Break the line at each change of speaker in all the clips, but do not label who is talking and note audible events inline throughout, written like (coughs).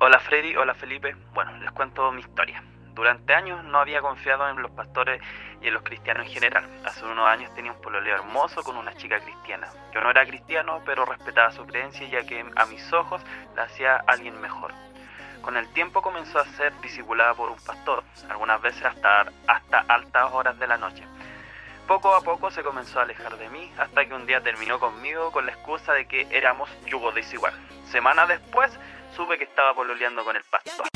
Hola Freddy, hola Felipe. Bueno, les cuento mi historia. Durante años no había confiado en los pastores y en los cristianos en general. Hace unos años tenía un pololeo hermoso con una chica cristiana. Yo no era cristiano, pero respetaba su creencia ya que a mis ojos la hacía alguien mejor. Con el tiempo comenzó a ser discipulada por un pastor, algunas veces hasta, hasta altas horas de la noche. Poco a poco se comenzó a alejar de mí hasta que un día terminó conmigo con la excusa de que éramos yugo desigual. Semana después supe que estaba pololeando con el pastor.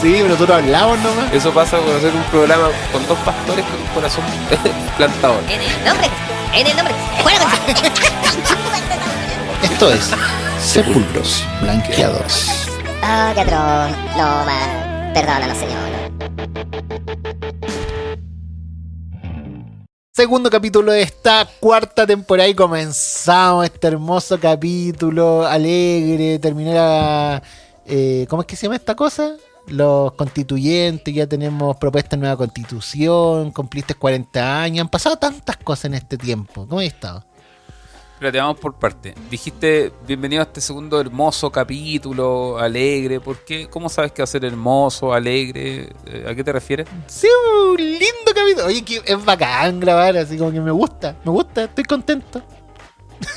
Sí, nosotros hablamos nomás.
Eso pasa con hacer un programa con dos pastores con un corazón (laughs) plantador.
En el nombre, en el nombre. Juega
Esto es Sepulcros Blanqueados.
(laughs) Ah, qué atroz. No, ma. Perdónanos, señor.
Segundo capítulo de esta cuarta temporada y comenzamos este hermoso capítulo alegre. Terminó la. eh, ¿Cómo es que se llama esta cosa? Los constituyentes, ya tenemos propuesta de nueva constitución, cumpliste 40 años, han pasado tantas cosas en este tiempo. ¿Cómo has estado?
Espérate, vamos por parte. Dijiste, bienvenido a este segundo hermoso capítulo, alegre. ¿Por qué? ¿Cómo sabes que va a ser hermoso, alegre? Eh, ¿A qué te refieres?
Sí, un lindo capítulo. Oye, que es bacán grabar, así como que me gusta, me gusta, estoy contento. (laughs)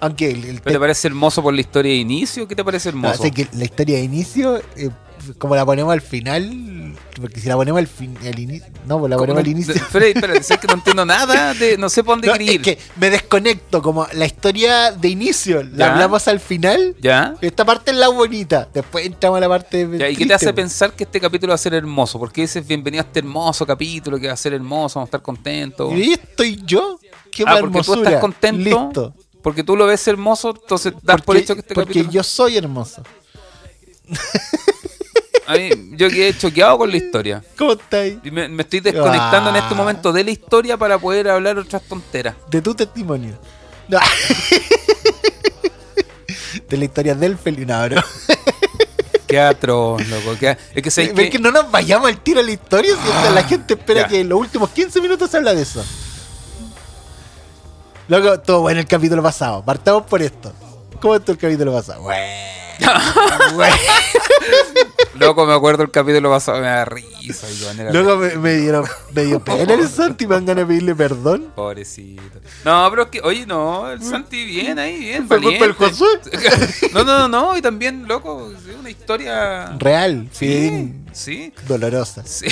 Aunque el, el
¿Pero te parece hermoso por la historia de inicio? ¿Qué te parece
No,
hermoso?
sé Eh. Ah, que la historia de inicio, eh, como la ponemos al final, porque si la ponemos al fin, al ini- no, pues la
¿Cómo
ponemos al
no-
inicio.
de- Freddy, espérate, sé que no entiendo nada, de- no sé por dónde
No,
querer
es
ir.
que me desconecto, como la historia de inicio, la
Ya.
hablamos al final,
¿Ya?
esta parte es la bonita, después entramos a la parte de
Ya, ¿Y qué te hace
triste, pues.
pensar que este capítulo va a ser hermoso? ¿Por qué dices bienvenido a este hermoso capítulo que va a ser hermoso, vamos a estar contentos?
pues. Y ahí estoy yo, qué
Ah, porque tú
hermosura.
estás contento.
Listo.
Porque tú lo ves hermoso, entonces das por
Porque-
hecho que este
porque
capítulo.
yo soy hermoso.
A mí, yo quedé choqueado con la historia.
¿Cómo estáis?
Y me, me estoy desconectando en
Ah.
este momento de la historia para poder hablar otras tonteras.
De tu testimonio. No. (laughs) De la historia del felino, bro.
Qué atroz, loco. qué- es que sabéis
Ve
que-
que...
Ah,
no nos vayamos al tiro a la historia si hasta la gente espera
Ya.
que en los últimos 15 minutos se habla de eso. Loco, todo bueno el capítulo pasado. Partamos por esto. ¿Cómo estuvo el capítulo pasado?
(laughs)
Bueno. Bueno.
Loco, me acuerdo el capítulo pasado, me da risa. Iván, era
Loco, me, me dieron medio pena el Santi. Me dan ganas de pedirle perdón.
Pobrecito. No, pero es que, oye, no, el Santi bien ahí, bien.
Mm. Fue culpa del
valiente.
Josué.
(laughs) No, no, no, no, y también, loco, es una historia.
Real,
Sí,
fin.
sí,
Dolorosa.
sí.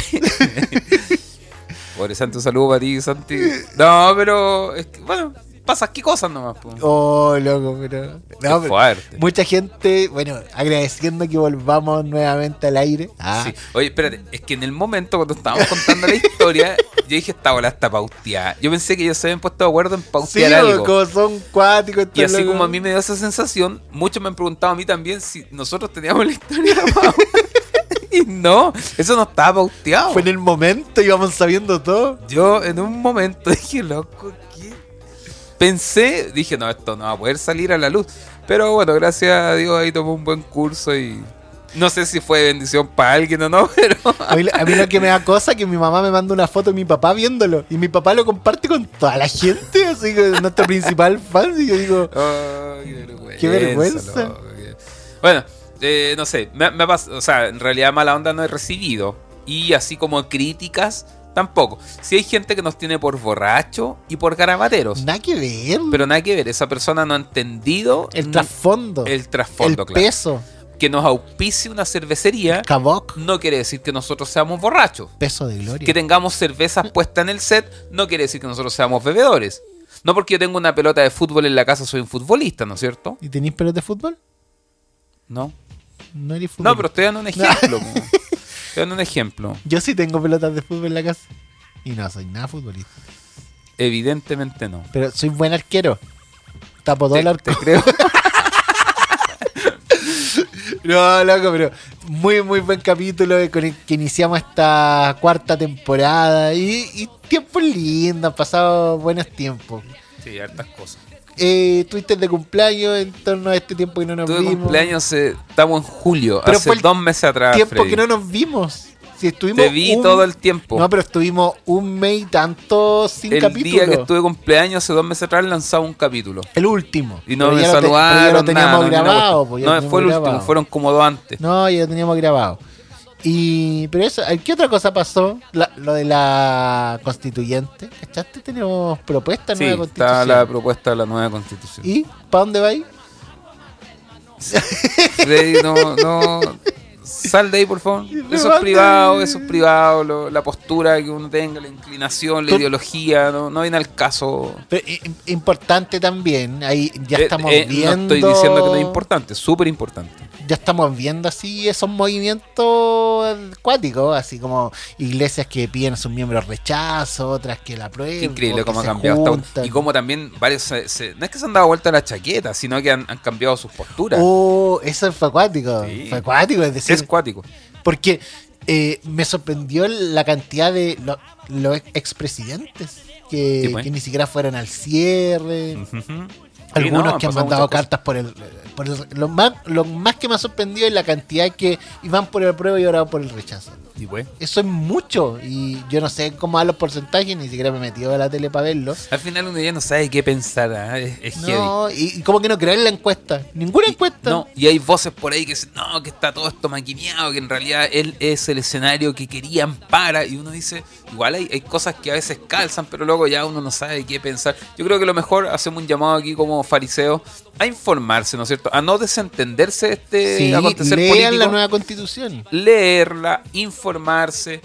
Pobre Santi, un saludo para ti, Santi. No, pero, es que, bueno, pasas qué cosas nomás, po.
Oh, loco, pero. No, pero-
Qué fuerte.
Mucha gente, bueno, agradeciendo que volvamos nuevamente al aire. Ah,
Sí. Oye, espérate, es que en el momento cuando estábamos contando la historia, yo dije, esta bola está pauteada. Yo pensé que ellos se habían puesto de acuerdo en
sí,
pautear algo.
como son cuáticos. estos
Y así
locos.
como a mí me dio esa sensación, muchos me han preguntado a mí también si nosotros teníamos la historia. Mau. (laughs) y no, eso no estaba pauteado.
Fue en el momento, íbamos sabiendo todo.
Yo en un momento (laughs) dije, loco, ¿qué? Pensé, dije, no, esto no va a poder salir a la luz. Pero bueno, gracias a Dios ahí tomó un buen curso y no sé si fue bendición para alguien o no, (laughs) pero...
A mí, a mí lo que me da cosa es que mi mamá me manda una foto de mi papá viéndolo. Y mi papá lo comparte con toda la gente, así que es nuestro principal fan. Y yo digo,
Ay, qué vergüenza.
Qué vergüenza.
loco, qué- Bueno, eh, no sé, me, me ha pas- o sea, en realidad mala onda no he recibido. Y así como críticas, tampoco. Si hay gente que nos tiene por borracho y por garabateros.
nada que ver.
Pero nada que ver, esa persona no ha entendido
el
ni-
trasfondo, el,
el trasfondo, claro.
peso,
Que nos auspicie una cervecería
caboc,
no quiere decir que nosotros seamos borrachos.
peso de gloria.
Que tengamos cervezas puestas en el set no quiere decir que nosotros seamos bebedores. No porque yo tengo una pelota de fútbol en la casa soy un futbolista, ¿no es cierto?
¿Y tenéis pelos de fútbol?
No.
No eres fútbol.
No, pero estoy dando un
(laughs)
ejemplo. po. estoy dando un ejemplo.
Yo sí tengo pelotas de fútbol en la casa. Y no soy nada futbolista.
Evidentemente no.
Pero soy buen arquero. Tapo todo
Te,
el arco.
te creo.
No, loco, pero muy, muy buen capítulo eh, con el que iniciamos esta cuarta temporada. Y, y tiempos lindos, han pasado buenos tiempos.
Sí, hartas cosas.
Eh, tuviste de cumpleaños en torno a este tiempo que no nos
Tuve
vimos.
cumpleaños, eh, estamos en julio,
Pero
hace
fue el
dos meses atrás.
Tiempo
ah, Freddy.
que no nos vimos. Si estuvimos
Te vi
un-
todo el tiempo.
No, pero estuvimos un mes y tanto sin
el
capítulo.
día que estuve cumpleaños, hace dos meses atrás, lanzaba un capítulo.
El último.
Y no
Pero
me
ya lo te- pero
saludaron.
ya lo
nada,
teníamos
no, ni una
grabado.
cuestión.
pues, ya
no,
lo teníamos
fue el último,
grabado.
fueron como dos antes.
No, ya lo teníamos grabado. Y, pero eso, ¿qué otra cosa pasó? La- lo de la constituyente. ¿Cachaste? Tenemos propuesta
sí,
nueva
está
constitución.
la propuesta de la nueva constitución.
(laughs) ¿Y? ¿Para dónde va ahí?
Freddy, no, no. Sal de ahí, por favor. Eso es
Levante.
privado, eso es privado. lo- la postura que uno tenga, la inclinación, la
Tú-
ideología, no, no viene al caso.
Pero, i- importante también, ahí ya
Eh,
estamos
eh,
viendo.
No estoy diciendo que no es importante, súper importante.
ya estamos viendo así esos movimientos cuáticos, así como iglesias que piden a sus miembros rechazo, otras que la aprueben.
Qué increíble
o que
cómo ha
se
cambiado. esta-
juntan.
y cómo también varios. se- se- no es que se han dado vuelta la chaqueta, sino que han, han cambiado sus posturas.
Oh, eso fue acuático.
Sí.
Fue acuático, es decir,
es cuático.
porque eh, me sorprendió la cantidad de lo- los expresidentes que,
Sí, pues.
que ni siquiera fueron al cierre.
Ujú. Sí, no,
Algunos que han
pasado
mandado
muchas cosas.
cartas por el, por el- Lo más, lo más que me ha sorprendido es la cantidad que iban por el apruebo y ahora van por el rechazo.
Y pues, bueno.
Eso es mucho. Y yo no sé cómo van los porcentajes, ni siquiera me he metido a la tele para verlo.
Al final uno ya no sabe qué pensar. ¿ah? Es, es heavy.
No, y, y como que no creen la encuesta. Ninguna encuesta.
No, y hay voces por ahí que dicen, no, que está todo esto maquineado, que en realidad él es el escenario que querían para. Y uno dice, igual hay, hay cosas que a veces calzan, pero luego ya uno no sabe qué pensar. Yo creo que lo mejor, hacemos un llamado aquí como fariseos, a informarse, ¿no es cierto? A no desentenderse de este
Sí,
acontecer
lean
político.
la nueva constitución
Leerla, informarse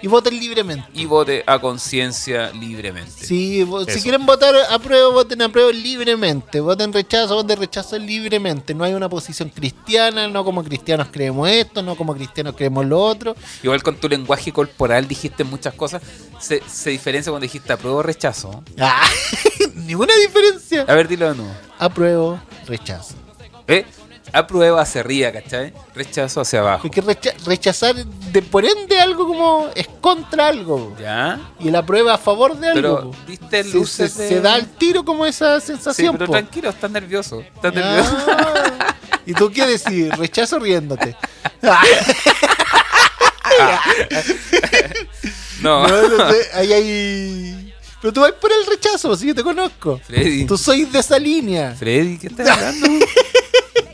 y voten libremente.
y vote a conciencia libremente.
Sí, vo- si
Eso.
quieren votar a prueba, voten a prueba libremente. Voten rechazo, voten rechazo libremente. No hay una posición cristiana, no como cristianos creemos esto, no como cristianos creemos lo otro. (laughs)
Igual con tu lenguaje corporal dijiste muchas cosas. Se, se diferencia cuando dijiste apruebo o rechazo.
Ah, ninguna diferencia.
A ver, dilo de nuevo.
Apruebo, rechazo.
¿Eh? Aprueba hacia arriba, ¿cachai? Rechazo hacia abajo.
Porque recha- rechazar, de, por ende, algo como es contra algo.
¿Ya?
Y la prueba a favor de
Pero
algo.
diste
Se, se-
luces de-
se da al tiro como esa
Sí,
sensación.
pero
po.
tranquilo, estás nervioso. Estás nervioso.
(laughs) Ah, ¿Y tú qué decís?
(laughs)
Rechazo riéndote.
Ah. No,
No, no sé, ahí hay... Pero tú vas por el rechazo, si yo te conozco.
Freddy.
Tú sois de esa línea.
(laughs) Freddy, ¿qué estás hablando?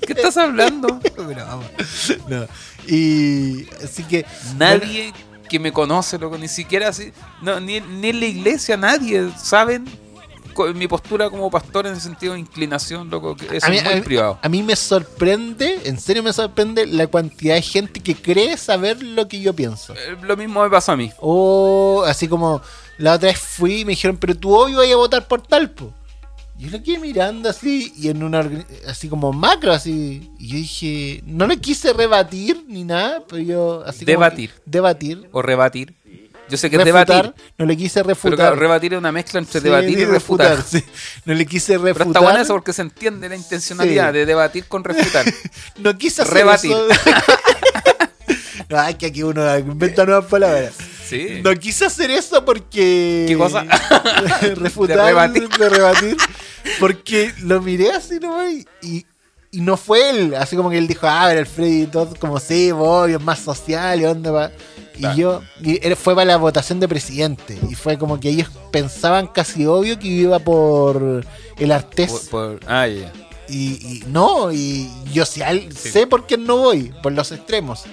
¿Qué estás hablando?
Pero vamos, no. Y así que
Nadie que me conoce, loco, ni siquiera así. No, ni, ni en la iglesia, nadie, ¿saben? Co- Mi postura como pastor en el sentido de inclinación, loco, que eso
a mí,
es muy
a mí-
privado.
a mí me sorprende, en serio me sorprende la cantidad de gente que cree saber lo que yo pienso.
Eh, Lo mismo me pasó a mí.
O así como la otra vez fui y me dijeron, pero tú obvio vas a votar por talpo. Yo lo quedé mirando así y en una orga- así como macro así. Y yo dije, no le quise rebatir ni nada, pero yo así como
Debatir.
que- debatir.
O rebatir. Yo sé que es
refutar,
debatir.
no le quise
Pero
refutar.
claro, rebatir es una mezcla entre
Sí,
debatir y refutar.
sí. No le quise
Pero
refutar.
está bueno eso porque se entiende la intencionalidad
Sí.
de debatir con
(laughs)
refutar.
No quise hacer
Rebatir.
eso. (laughs) no, es que aquí uno inventa nuevas palabras.
Sí.
No quise hacer eso porque.
¿Qué cosa?
refutar,
De
(laughs) de
rebatir.
rebatir. Porque lo miré así nomás y- y, y no fue él. Así como que él dijo, ah, pero el Freddy todo como sí, obvio, es más social y onda va. Y
Claro.
yo, y él fue para la votación de presidente. Y fue como que ellos pensaban casi obvio que iba por el artés.
Por- por- ah, ya, ya.
Y, y no, y yo sé, al-
Sí.
sé por qué no voy, por los extremos. (laughs)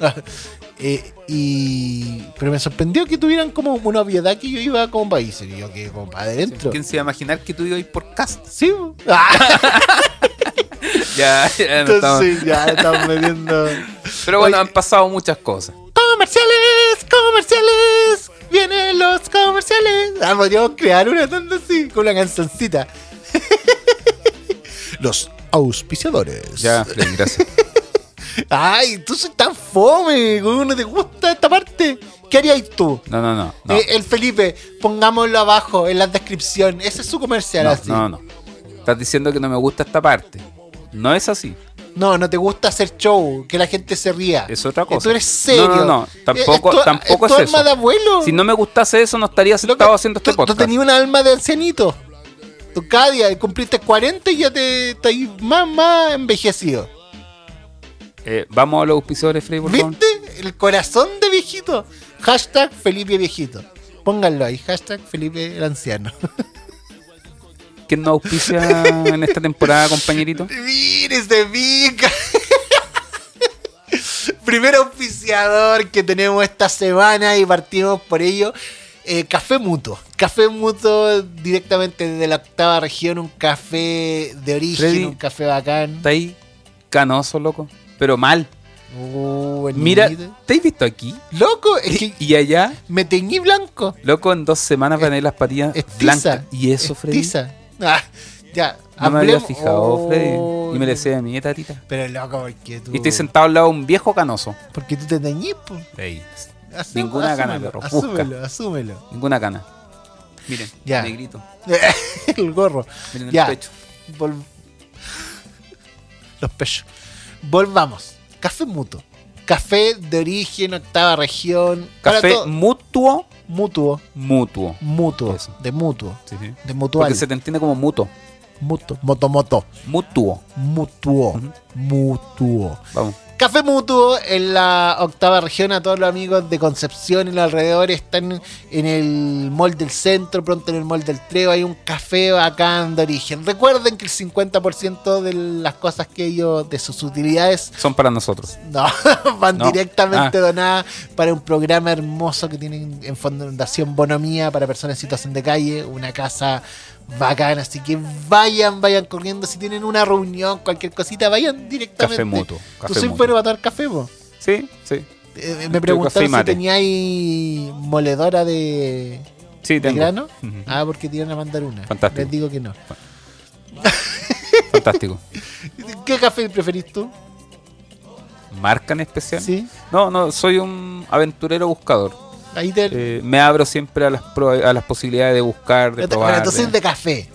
Eh, y, pero me sorprendió que tuvieran como una obviedad que yo iba como para ahí. Y yo que como para adentro.
¿Quién se iba a imaginar que tú ibas a ir por cast?
(laughs) Sí, Ah,
(laughs) Ya, ya no estamos-
entonces ya estamos metiendo.
Pero bueno,
Oye.
han pasado muchas cosas.
¡Comerciales! ¡Comerciales! ¡Vienen los comerciales! Ah, podríamos crear una tanda así, con una cancioncita. (laughs) los auspiciadores.
Ya, Freddy, gracias.
Ay, tú soy tan fome, güey, no te gusta esta parte. ¿Qué harías tú?
(laughs) No, no, no. No,
Eh, el Felipe, pongámoslo abajo en la descripción. Ese es su comercial,
no,
así.
no, no. Estás diciendo que no me gusta esta parte. No es así.
No, no te gusta hacer show, que la gente se ría. Eh,
Es otra cosa.
Tú eres serio.
No, no, no. Tampoco-
Eh, esto-
tampoco
esto
es eso.
alma de abuelo.
Si no me gustase eso, no estaría
Loco,
sentado haciendo este
tú- Tú
podcast.
tenías un alma de ancianito. Tú cada día cumpliste 40 y ya te estás más, más envejecido.
Eh, Vamos a los auspiciadores, Freddy, por favor.
¿Viste? El corazón de viejito. Hashtag Felipe viejito. Pónganlo ahí, hashtag Felipe el anciano.
¿Quién nos auspicia en esta temporada, compañerito?
Mire, se pica. (laughs) Primer auspiciador que tenemos esta semana y partimos por ello. eh, café Mutuo. Café Mutuo directamente desde la octava región. Un café de origen,
Freddy.
un café bacán.
Está ahí canoso, loco. Pero mal.
Uh, el
Mira,
niñito.
¿te has visto aquí?
Loco, es que
Y allá,
me teñí blanco.
loco, en dos semanas van a ir las patillas
Es tiza,
blancas. Y eso,
es
Freddy.
tiza. Ah, ya.
No me había
hablemos-
fijado,
Oh,
Freddy. Y me le decía a mi tatita.
Pero loco, porque tú.
Y estoy sentado al lado de un viejo canoso.
Porque tú te teñís, po. Asum-
Ninguna
asúmelo,
gana, perro, busca.
Asúmelo, asúmelo. (laughs)
Ninguna cana. Miren,
Ya.
negrito.
el gorro.
Miren el
Ya.
pecho.
Vol- Los pechos. Volvamos. Café mutuo. Café de origen, octava región. para
Café
todo-
mutuo,
mutuo.
mutuo.
Mutuo.
Eso.
De mutuo. De mutual.
Porque se te entiende como mutuo.
Mutuo. Moto, moto.
Mutuo.
Mutuo.
Ujú.
Mutuo.
Vamos.
Café Mutuo en la octava región a todos los amigos de Concepción y los alrededores están en el mall del centro, pronto en el mall del Treo hay un café bacán de origen. Recuerden que el 50% de las cosas que ellos, de sus utilidades,
Son para nosotros.
no, (laughs) van
No. Ah.
directamente donadas para un programa hermoso que tienen en Fundación Bonomía para personas en situación de calle, una casa bacana, así que vayan, vayan corriendo, si tienen una reunión, cualquier cosita, vayan directamente.
Café mutuo. Café
Tú soy
mutuo.
bueno para tomar café, po.
Sí, sí.
Eh,
Yo
me
café y
preguntaron si
mate.
teníais moledora de,
Sí,
de
tengo.
grano.
(laughs) Ujú.
Ah, porque te iban a mandar una.
Fantástico.
Les digo que no. (laughs)
Fantástico.
¿Qué café preferís tú?
¿Marca en especial?
Sí.
No, no, soy un aventurero buscador.
Ahí te.
Eh, me abro siempre a las, proba- a las posibilidades de buscar, de
Pero
probar.
entonces
de-
de café.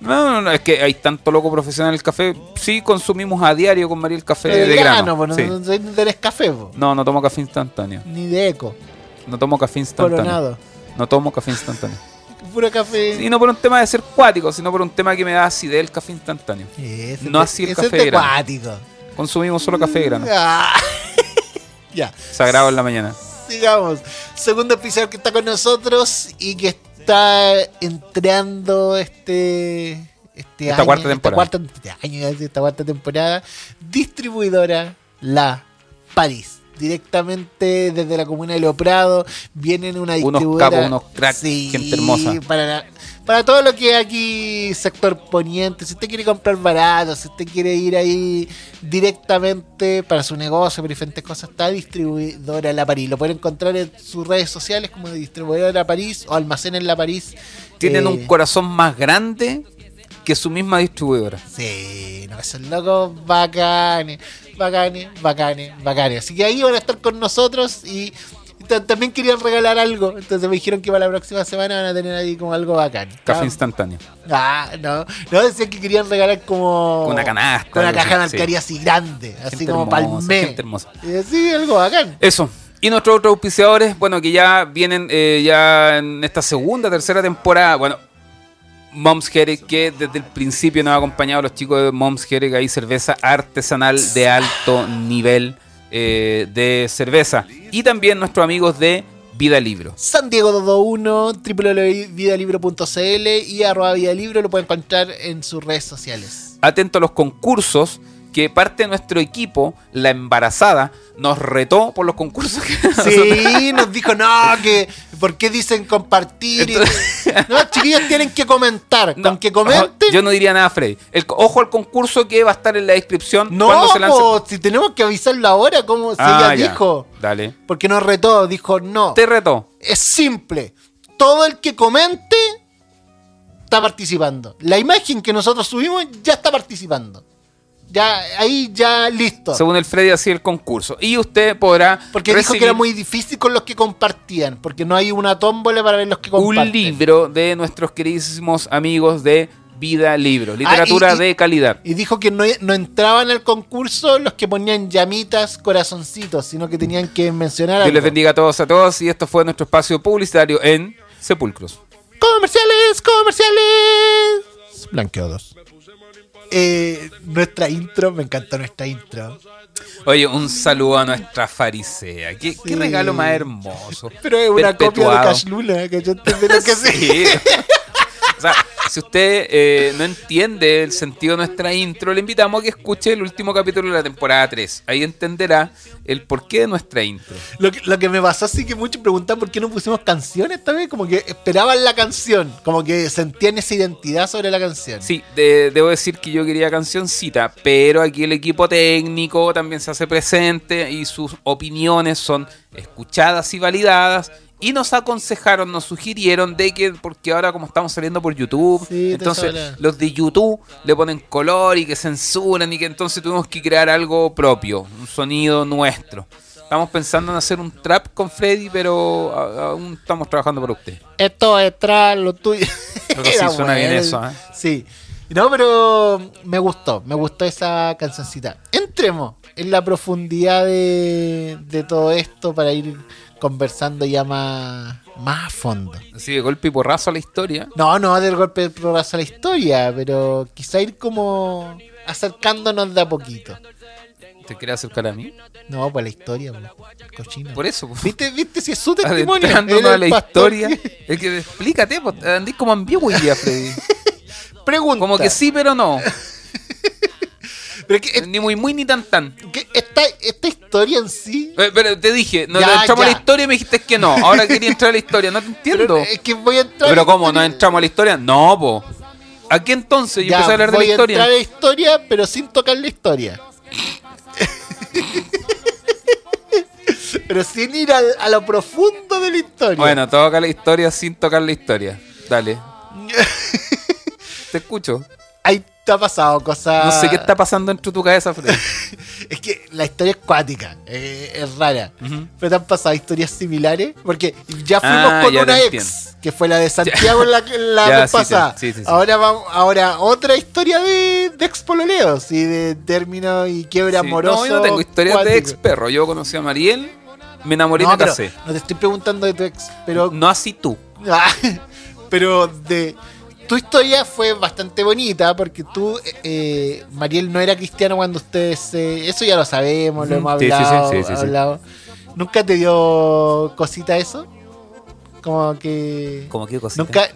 No, no, no, es que hay tanto loco profesional en el café. Sí consumimos a diario con María el café
Pero
de grano.
po, pues, no,
sí.
no- no tenés café, po.
No, no tomo café instantáneo.
Ni de eco.
No tomo café instantáneo.
Coronado.
No tomo café instantáneo.
Puro café.
Y no por un tema de ser cuático, sino por un tema que me da acidez el café instantáneo.
Ese
no
te-
así el
ese
café
es
de
de
grano.
cuático.
Consumimos solo café de grano.
Ah. (laughs) ya.
Sagrado en la mañana.
Sigamos. Segundo episodio que está con nosotros y que está entrando este. este
Esta
año,
cuarta temporada.
Esta cuarta, este año, iba a decir, esta cuarta temporada. Distribuidora La París. Directamente desde la comuna de Loprado. Vienen una
Unos
distribuidora.
capos, unos cracks,
Sí,
gente hermosa.
Para, la- para todo lo que es aquí, sector poniente. Si usted quiere comprar barato, si usted quiere ir ahí directamente para su negocio, para diferentes cosas, está distribuidora La París. Lo pueden encontrar en sus redes sociales como distribuidora La París o almacén en La París.
Tienen
Eh,
un corazón más grande que su misma distribuidora.
Sí, no, son locos bacanes, bacanes, bacanes, bacanes. Así que ahí van a estar con nosotros y ta- también querían regalar algo. Entonces me dijeron que para la próxima semana van a tener ahí como algo bacán.
Café
Ah,
instantáneo.
Ah, no. No decían que querían regalar como.
Una canasta,
Con una
algo
caja
así,
bancaria así grande. así
Gente
como
hermosa,
palmé.
gente hermosa.
Sí, algo bacán.
Eso. Y nuestros otros auspiciadores, bueno, que ya vienen eh, ya en esta segunda, tercera temporada. Bueno, Mom's Headache, que desde el principio nos ha acompañado los chicos de Mom's Headache. Hay cerveza artesanal de alto nivel eh, de cerveza. Y también nuestros amigos de Vida Libro.
San Diego 221, www.vidalibro.cl y arroba vidalibro lo pueden encontrar en sus
(laughs)
redes sociales.
atento a los concursos que parte de nuestro equipo, la embarazada, nos retó por los concursos que (laughs)
Sí, nos dijo, no, que ¿por qué dicen compartir? Y- (laughs) no, chiquillos tienen que comentar.
(laughs) No,
Con que comenten.
Yo no diría nada, Freddy. El- ojo al concurso que va a estar en la descripción
no,
cuando se lance.
po, si tenemos que avisarlo ahora, como si
Ah,
ella
ya.
dijo.
Dale.
Porque nos retó, dijo, no.
Te retó.
Es simple. Todo el que comente está participando. La imagen que nosotros subimos ya está participando. Ya, ahí ya listo.
Según el Freddy, así el concurso. Y usted podrá.
porque dijo
recibir
que era muy difícil con los que compartían, porque no hay una tómbola para ver los que comparten.
Un libro de nuestros queridísimos amigos de Vida Libro. Literatura
Ah, y- y-
de calidad.
Y dijo que no, no entraban al concurso los que ponían llamitas, corazoncitos, sino que tenían que mencionar
Dios les
algo.
bendiga a todos, a todos. Y esto fue nuestro espacio publicitario en Sepulcros.
¡Comerciales! ¡Comerciales! Blanqueados. eh, nuestra intro, me encantó nuestra intro.
Oye, un saludo a nuestra farisea. Qué, qué
Sí.
regalo más hermoso.
Pero es una copia de
Perpetuado.
Cash Luna, que yo entendí lo que sí.
Sí. o sea, si usted eh, no entiende el sentido de nuestra intro, le invitamos a que escuche el último capítulo de la temporada 3. Ahí entenderá el porqué de nuestra intro.
Lo que, lo que me pasó así que muchos preguntaban por qué no pusimos canciones también, como que esperaban la canción, como que sentían esa identidad sobre la canción.
Sí, de- debo decir que yo quería cancioncita, pero aquí el equipo técnico también se hace presente y sus opiniones son escuchadas y validadas. Y nos aconsejaron, nos sugirieron de que, porque ahora como estamos saliendo por YouTube,
Sí, te
entonces
sale.
los de YouTube le ponen color y que censuran y que entonces tuvimos que crear algo propio, un sonido nuestro. Estamos pensando en hacer un trap con Freddy, pero a- aún estamos trabajando para usted.
Esto es tras lo (laughs) tuyo.
Pero sí
Era
suena bien
bueno.
eso, ¿eh?
Sí. No, pero me gustó, me gustó esa cancioncita. Entremos en la profundidad de, de todo esto para ir conversando ya más, más a fondo.
Así de golpe y porrazo a la historia.
No, no del golpe de progreso a la historia, pero quizá ir como acercándonos de a poquito.
¿Te quieres acercar a mí?
No, pues la historia, pues, el cochino.
Por eso, pues.
¿Viste, viste si es su testimonio?
adentrándonos
Era
a
el
la
pastor
historia.
que-
Es que explícate, pues, andís como ambiguo hoy día, Freddy.
(laughs) Pregunta.
Como que sí, pero no.
(laughs) Pero que,
Ni muy, muy, ni tan, tan.
que esta, esta historia en sí.
Eh, Pero te dije, no
Ya,
entramos a
ya.
la historia y me dijiste que no. Ahora quería entrar a la historia, no te entiendo.
(laughs) Pero eh,
Pero,
es que voy a entrar.
¿cómo? ¿No entramos a la historia? No, po. ¿A qué entonces? Yo
Ya,
empecé a hablar de la
voy a
historia.
entrar a la historia, pero sin tocar la historia. pero sin ir al- a lo profundo de la historia.
Bueno, toca la historia sin tocar la historia. Dale. Te escucho.
Ahí te ha pasado cosas.
No sé qué está pasando entre tu cabeza, Freddy.
Es que la historia es cuática, eh, es rara.
Ujú.
Pero te han pasado historias similares. Porque ya fuimos
Ah,
con
ya
una
te
ex, que fue la de Santiago la,
(laughs)
la
Ya,
vez
sí, te-
pasada.
sí, sí, sí.
Ahora, vamos, ahora otra historia de, de expololeos y de término y quiebra
Sí.
amoroso.
No, yo no tengo historias de
cuático.
ex perro. Yo conocí a Mariel, me enamoré y
No,
me
pero
casé.
no te estoy preguntando de tu ex, pero.
No así tú.
Ah, (laughs) pero de. Tu historia fue bastante bonita porque tú, eh, eh, Mariel, no era cristiano cuando ustedes. eh, eso ya lo sabemos, lo
Ujú.
hemos
Sí, sí, sí,
hablado.
sí, sí, sí.
hablado. ¿Nunca te dio cosita eso? Como que.
Como que cosita.
Nunca.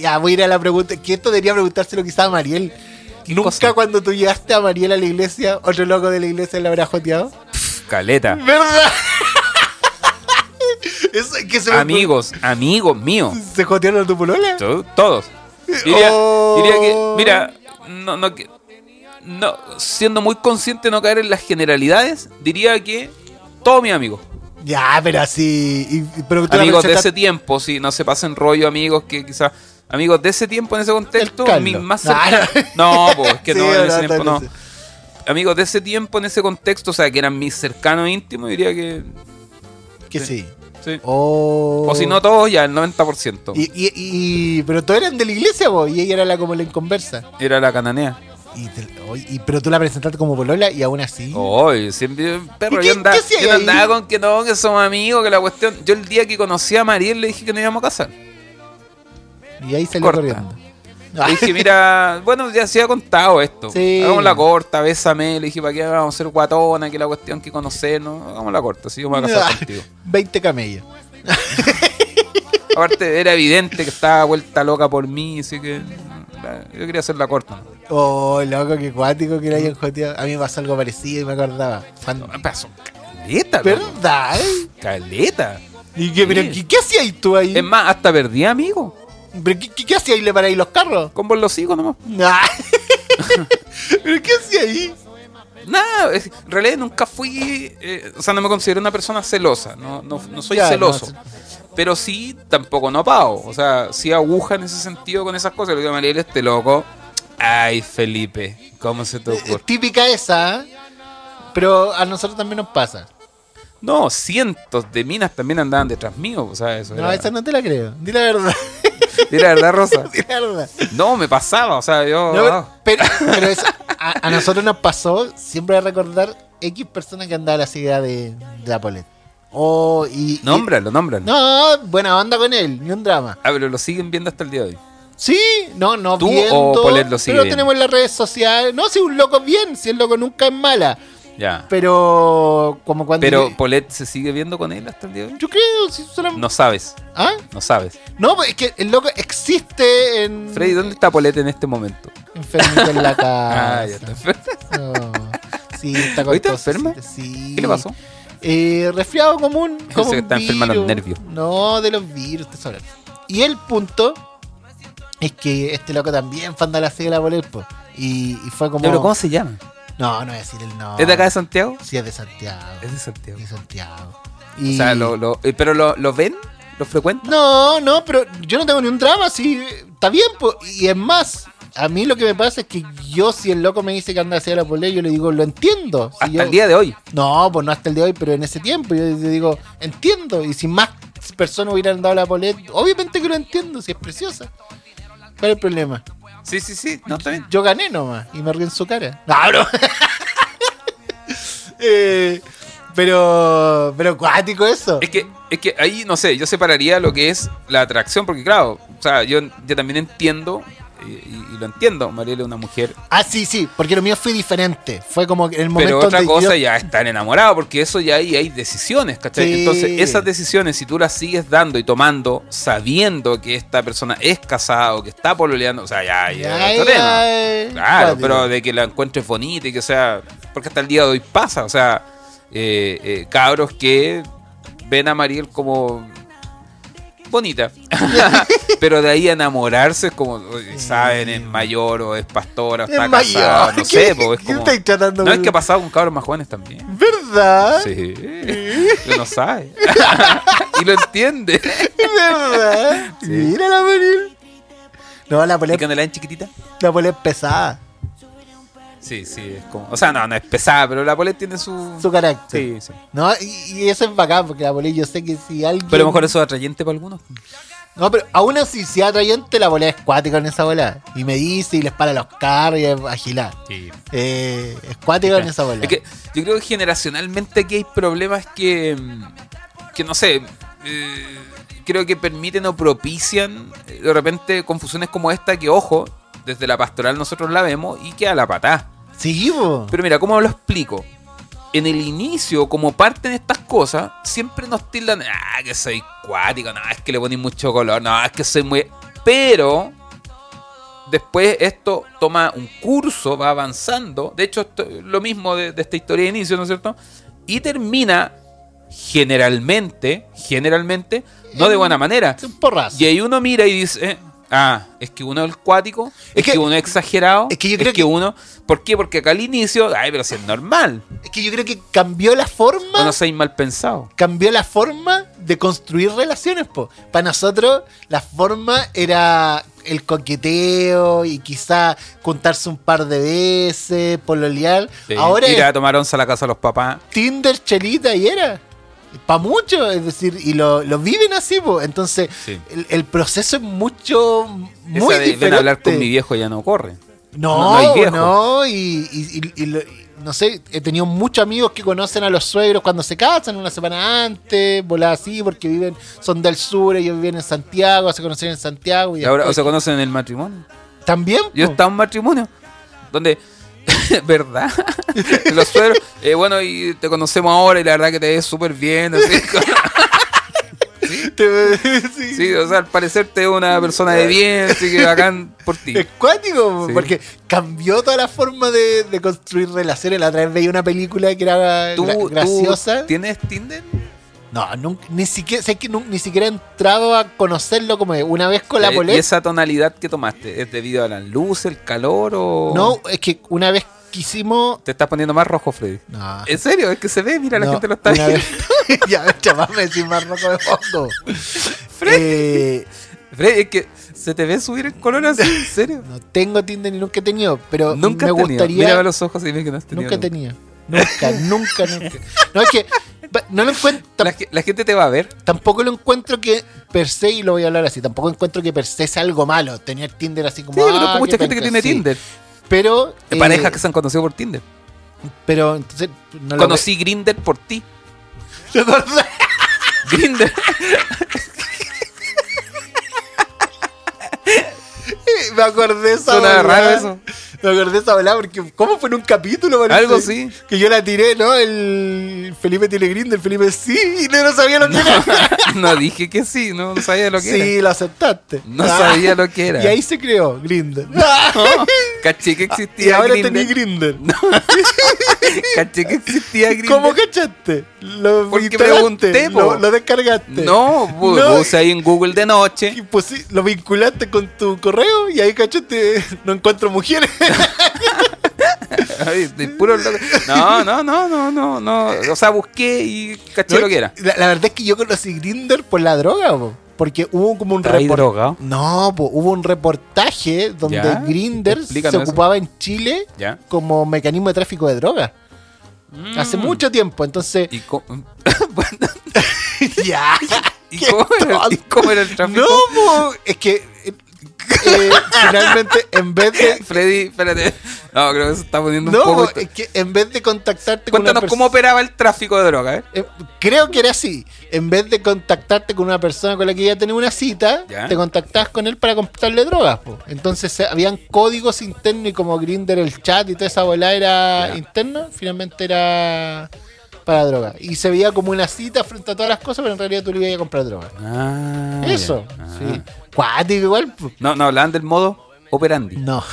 Ya voy a ir a la pregunta. Que esto debería preguntárselo quizá a Mariel. ¿Nunca
cosa?
cuando tú llegaste a Mariel a la iglesia, otro loco de la iglesia le habrá joteado?
Caleta.
Mm. ¿Verdad? (laughs) Eso, que se me-
Amigos, amigos míos.
¿Se jotearon a tu polola?
To- Todos. Diría,
Oh.
diría que, mira, no, no, que- no, siendo muy consciente de no caer en las generalidades, diría que todos mis amigos.
Ya, pero así. y- pero tú la
amigos de
pensaste-
ese tiempo, si no se pasen rollo, amigos que quizás. Amigos de ese tiempo, en ese contexto,
Carlos.
mis más
Ah,
cercanos.
(laughs)
No, po, es que
Sí,
no, en ese
no,
tiempo
no
no.
sé.
Amigos de ese tiempo, en ese contexto, o sea, que eran mis cercanos íntimos, diría que.
Que sí.
sí.
Oh.
O si no, todos ya, el 90%.
Y, y- y- pero todos eran de la iglesia, vos. Y ella era la como la inconversa.
Era la cananea.
Y te- oye, y- pero tú la presentaste como polola y aún así.
Oh. Oye, siempre perro,
¿Y qué-
yo andaba,
qué hacía
yo no
ahí?
andaba con que no, que somos amigos, que la cuestión. Yo el día que conocí a Mariel le dije que nos íbamos a casar.
Y ahí salió
Corta.
corriendo. Ah,
Le
(laughs)
dije, mira, bueno, ya se ha contado esto.
Sí.
Hagamos la corta, bésame. Le dije, ¿para qué vamos a ser guatona? Que la cuestión que conocernos. Hagamos la corta, sí, yo me voy a casar
Ah.
contigo.
20 camellos.
Aparte, era evidente que estaba vuelta loca por mí, así que la- yo quería hacer la corta.
Oh, loco, qué cuático que le hayan joteado. A mí me pasó algo parecido y me acordaba. Cuando-
Me pasó caleta, loco,
¿Verdad?
caleta.
¿Y qué, pero,
Sí. Em-
¿qué, qué hacía ahí tú ahí?
Es más, hasta perdí amigos.
¿Pero qué, qué, qué hacía ahí? ¿Le paráis los carros?
Con vos los hijos nomás.
Ah. (laughs) ¿Pero qué hacía ahí?
Nada, es- en realidad nunca fui, eh, o sea, no me considero una persona celosa, no, no, no soy
Ya,
celoso,
no,
pero sí tampoco no pago, o sea, sí aguja en ese sentido con esas cosas, lo que me leer este loco, ay Felipe, ¿cómo se te
Eh,
ocurre?
Típica esa, ¿eh? pero a nosotros también nos pasa.
No, cientos de minas también andaban detrás mío, o sea, eso
No,
era,
esa no te la creo. Di la verdad.
(laughs)
(laughs)
era verdad, Rosa.
Di la verdad.
No, me pasaba, o sea, yo...
No,
ah.
pero pero eso, a, a nosotros nos pasó siempre a recordar X personas que andaba a la ciudad de, de la Polet. Oh, y, y-
nómbralo, nómbralo.
no, buena onda con él, ni un drama.
Ah, pero lo siguen viendo hasta el día de hoy.
Sí, no, no
¿Tú
bien
o
todo,
Polet lo sigue
Pero
bien?
tenemos las redes sociales. No, si un loco es bien, si el loco nunca es mala.
Ya.
Pero como cuando...
Pero Polet se sigue viendo con él hasta el día de hoy.
yo creo, si solamente...
No sabes,
¿Ah?
no sabes.
No, pues, es que el loco existe en...
Freddy, ¿dónde está Polet en este momento?
Enfermito
(laughs)
en la casa.
Ah, ya está enfermo.
No. Sí, está con
¿Ahorita
tos,
enferma?
Sí.
¿Qué le pasó?
Eh, resfriado común. Como
que
un
está enferma los
virus.
nervios.
No, de los virus, te sabrás. Y el punto es que este loco también fue a andar a la sigla por él, po. Y, y fue como.
Ya, pero ¿cómo se llama?
No, no voy a decir el nombre.
¿Es de acá de Santiago?
Sí, es de Santiago.
Es de Santiago.
de Santiago.
O
Y-
sea, lo, lo- eh, ¿pero lo, lo ven? ¿Lo frecuentan?
No, no, pero yo no tengo ni un drama, sí, está bien, po. y es más, a mí lo que me pasa es que yo, si el loco me dice que anda hacia la polea, yo le digo, lo entiendo. Si
Hasta
yo-
el día de hoy.
No, pues no hasta el de hoy, pero en ese tiempo yo le digo, entiendo, y si más personas hubieran dado la polea, obviamente que lo entiendo, si es preciosa. ¿Cuál es el problema?
Sí, sí, sí. No, está bien.
Yo gané nomás y me río en su cara. No, (laughs) bro. Eh, pero, pero cuático eso.
Es que, es que ahí, no sé, yo separaría lo que es la atracción, porque claro, o sea, yo, yo también entiendo, y, y- y lo entiendo, Mariela es una mujer,
Ah, sí, sí, porque lo mío fue diferente. Fue como que en el momento
pero otra
donde
cosa
yo-
ya estar enamorado, porque eso ya ahí hay decisiones, ¿cachai?
Sí.
Entonces, esas decisiones, si tú las sigues dando y tomando, sabiendo que esta persona es casada o que está pololeando, o sea, ya, ya,
Ay,
otro tema.
ay,
Claro,
cuático.
pero de que la encuentres bonita y que sea. Porque hasta el día de hoy pasa, o sea, eh, eh, cabros que ven a Mariel como bonita. (laughs) pero de ahí a enamorarse es como, uy, saben, es mayor o es pastora, o
Es
está
mayor.
casada, no
(laughs) ¿Qué-
sé, po, es
qué
como.
estáis tratando
No es
con-
que ha pasado con cabros más jóvenes también.
¿Verdad?
Sí, que no sabe. (laughs) y lo entiende.
(laughs) ¿Verdad?
(laughs) Sí.
Mira la Mariel. No, la
¿Y
polea,
cuando la ven chiquitita?
la polea es pesada.
Sí, sí, es como. O sea, no, no es pesada, pero la polet tiene su.
Su
Sí,
carácter.
sí.
No, y, y eso es bacán, porque la polea yo sé que si alguien.
Pero a lo mejor eso es atrayente para algunos.
No, pero aún así, si es atrayente, la polea es cuática en esa bola. Y me dice y les para los carros y es agilada.
Sí.
Eh, es cuática en esa bola.
Es que yo creo que generacionalmente aquí hay problemas que, mm, que no sé, eh, creo que permiten o propician eh, de repente confusiones como esta que, ojo, desde la pastoral nosotros la vemos y que a la patada.
Sí, po.
Pero mira, ¿cómo lo explico? En el inicio, como parten estas cosas, siempre nos tildan, ah, que soy cuático, no, es que le poní mucho color, no, es que soy muy... Pero después esto toma un curso, va avanzando, de hecho esto- lo mismo de, de esta historia de inicio, ¿no es cierto? Y termina generalmente, generalmente, no de buena manera.
Es un porrazo.
Y ahí uno mira y dice, eh, ah, es que uno es el cuático, es,
Es
que,
que-
uno es exagerado,
es que yo creo que-
uno... ¿Por qué? Porque acá al inicio, ay, pero si es normal,
Es que yo creo que cambió la forma.
o no seis mal pensado.
cambió la forma de construir relaciones, po. Para nosotros, la forma era el coqueteo y quizá juntarse un par de veces, pololear.
Sí,
Ahora
ir a
es
tomar once a la casa de los papás.
Tinder, chelita y era. Para mucho, es decir, y lo, lo viven así, po. Entonces,
Sí.
el, el proceso es mucho, muy
Esa de,
diferente.
ven a hablar con mi viejo ya no corre. No, no
No,
hay
no,
viejo.
y, y- y- y lo- y no sé, he tenido muchos amigos que conocen a los suegros cuando se casan, una semana antes, volada así, porque viven, son del sur, ellos viven en Santiago, se conocen en Santiago y
Y ahora o
después-
se conocen en el matrimonio.
también.
Yo
po.
estaba en un matrimonio donde, (laughs) ¿verdad?
(laughs)
los suegros, eh, bueno, y te conocemos ahora y la verdad que te ves súper bien. Así, (laughs)
Sí.
sí, o sea, al parecer te ves una persona
(laughs)
de bien, así que bacán por ti.
Es cuático,
Sí.
porque cambió toda la forma de, de construir relaciones. La otra vez veía una película que era
¿Tú,
gra-
tú
graciosa.
tienes Tinder?
No, nunca, ni siquiera, sé que nun- ni siquiera he entrado a conocerlo como es. una vez con la
Eh,
poleta.
¿Y esa tonalidad que tomaste es debido a la luz, el calor o...?
No, es que una vez quisimos.
Te estás poniendo más rojo, Freddy.
No.
¿En serio? Es que se ve, mira, la
Ah. No,
gente lo está
una
viendo.
vez- (laughs) ya, chaval, me decís más rojo de fondo. Eh,
(laughs) Freddy, es que se te ve subir el color así,
(laughs)
¿en serio?
no tengo Tinder ni nunca he tenido, pero
Nunca
me
has tenido.
gustaría.
Mírame a los ojos y dime que no has tenido.
nunca he tenido.
(laughs)
Nunca, nunca, nunca. No, es que pa- no lo encuentro.
La, ge- la gente te va a ver.
Tampoco lo encuentro que per se, y lo voy a hablar así, tampoco encuentro que per se sea algo malo tener Tinder así como.
Sí, yo conozco
ah,
mucha
qué
gente que
penca,
tiene
sí.
Tinder.
Pero.
De
eh,
parejas que se han conocido por Tinder.
Pero entonces. No lo
Conocí Grinder por ti. (laughs)
veo. (laughs)
Grinder.
(laughs) me acordé de esa
Suena
weá.
raro eso.
Me acordé de esa weá porque ¿cómo fue en un capítulo? parece?
Algo sí.
Que yo la tiré, ¿no? El Felipe tiene del Felipe sí, y no, no sabía lo que era.
no dije que sí, no, no sabía lo que era.
Sí, lo aceptaste.
No
Ah,
sabía lo que era.
Y ahí se creó Grindr.
No, caché que existía.
(laughs) y ahora
Grindr.
tenés Grindr. (laughs)
Caché que existía Grindr.
¿Cómo cachaste? Lo
Porque
instalaste,
pregunté, po.
lo, lo descargaste.
No, bu-
No.
puse ahí en Google de
Y (laughs)
noche. (laughs)
pues sí, lo vinculaste con tu correo y ahí cachaste, no encuentro mujeres.
Ay, de puro loco. No, no, no, no, no, no. O sea, busqué y caché lo que era.
La, la verdad es que yo conocí Grinder por la droga, po. porque hubo como un
¿Está ahí
repor-
drogado?
No, po, hubo un reportaje donde
Ya,
Grinder se
explícanos eso.
ocupaba en Chile
Ya.
como mecanismo de tráfico de droga. Hace
Mm.
mucho tiempo, entonces.
(laughs) ¿Y cómo,
ya. (laughs)
y
Qué
cómo era,
tonto.
y cómo era el tráfico?
No, po, es que eh, eh, (laughs) finalmente en vez de
Freddy, espérate. (laughs) No, creo que se está poniendo
no,
un poco.
po, es que en vez de contactarte
Cuéntanos
con
cómo
una persona-
operaba el tráfico de droga, ¿eh?
Eh, creo que era así. En vez de contactarte con una persona con la que ya tenía una cita,
Ya.
te contactabas con él para comprarle drogas. po. Entonces se- habían códigos internos y como Grinder el chat y toda esa bola era
Ya.
interno, finalmente era para droga. Y se veía como una cita frente a todas las cosas, pero en realidad tú le ibas a comprar droga.
Ah,
Eso.
ya. Ah.
Sí. Cuático igual. po.
No, no hablaban del modo operandi.
No. (laughs)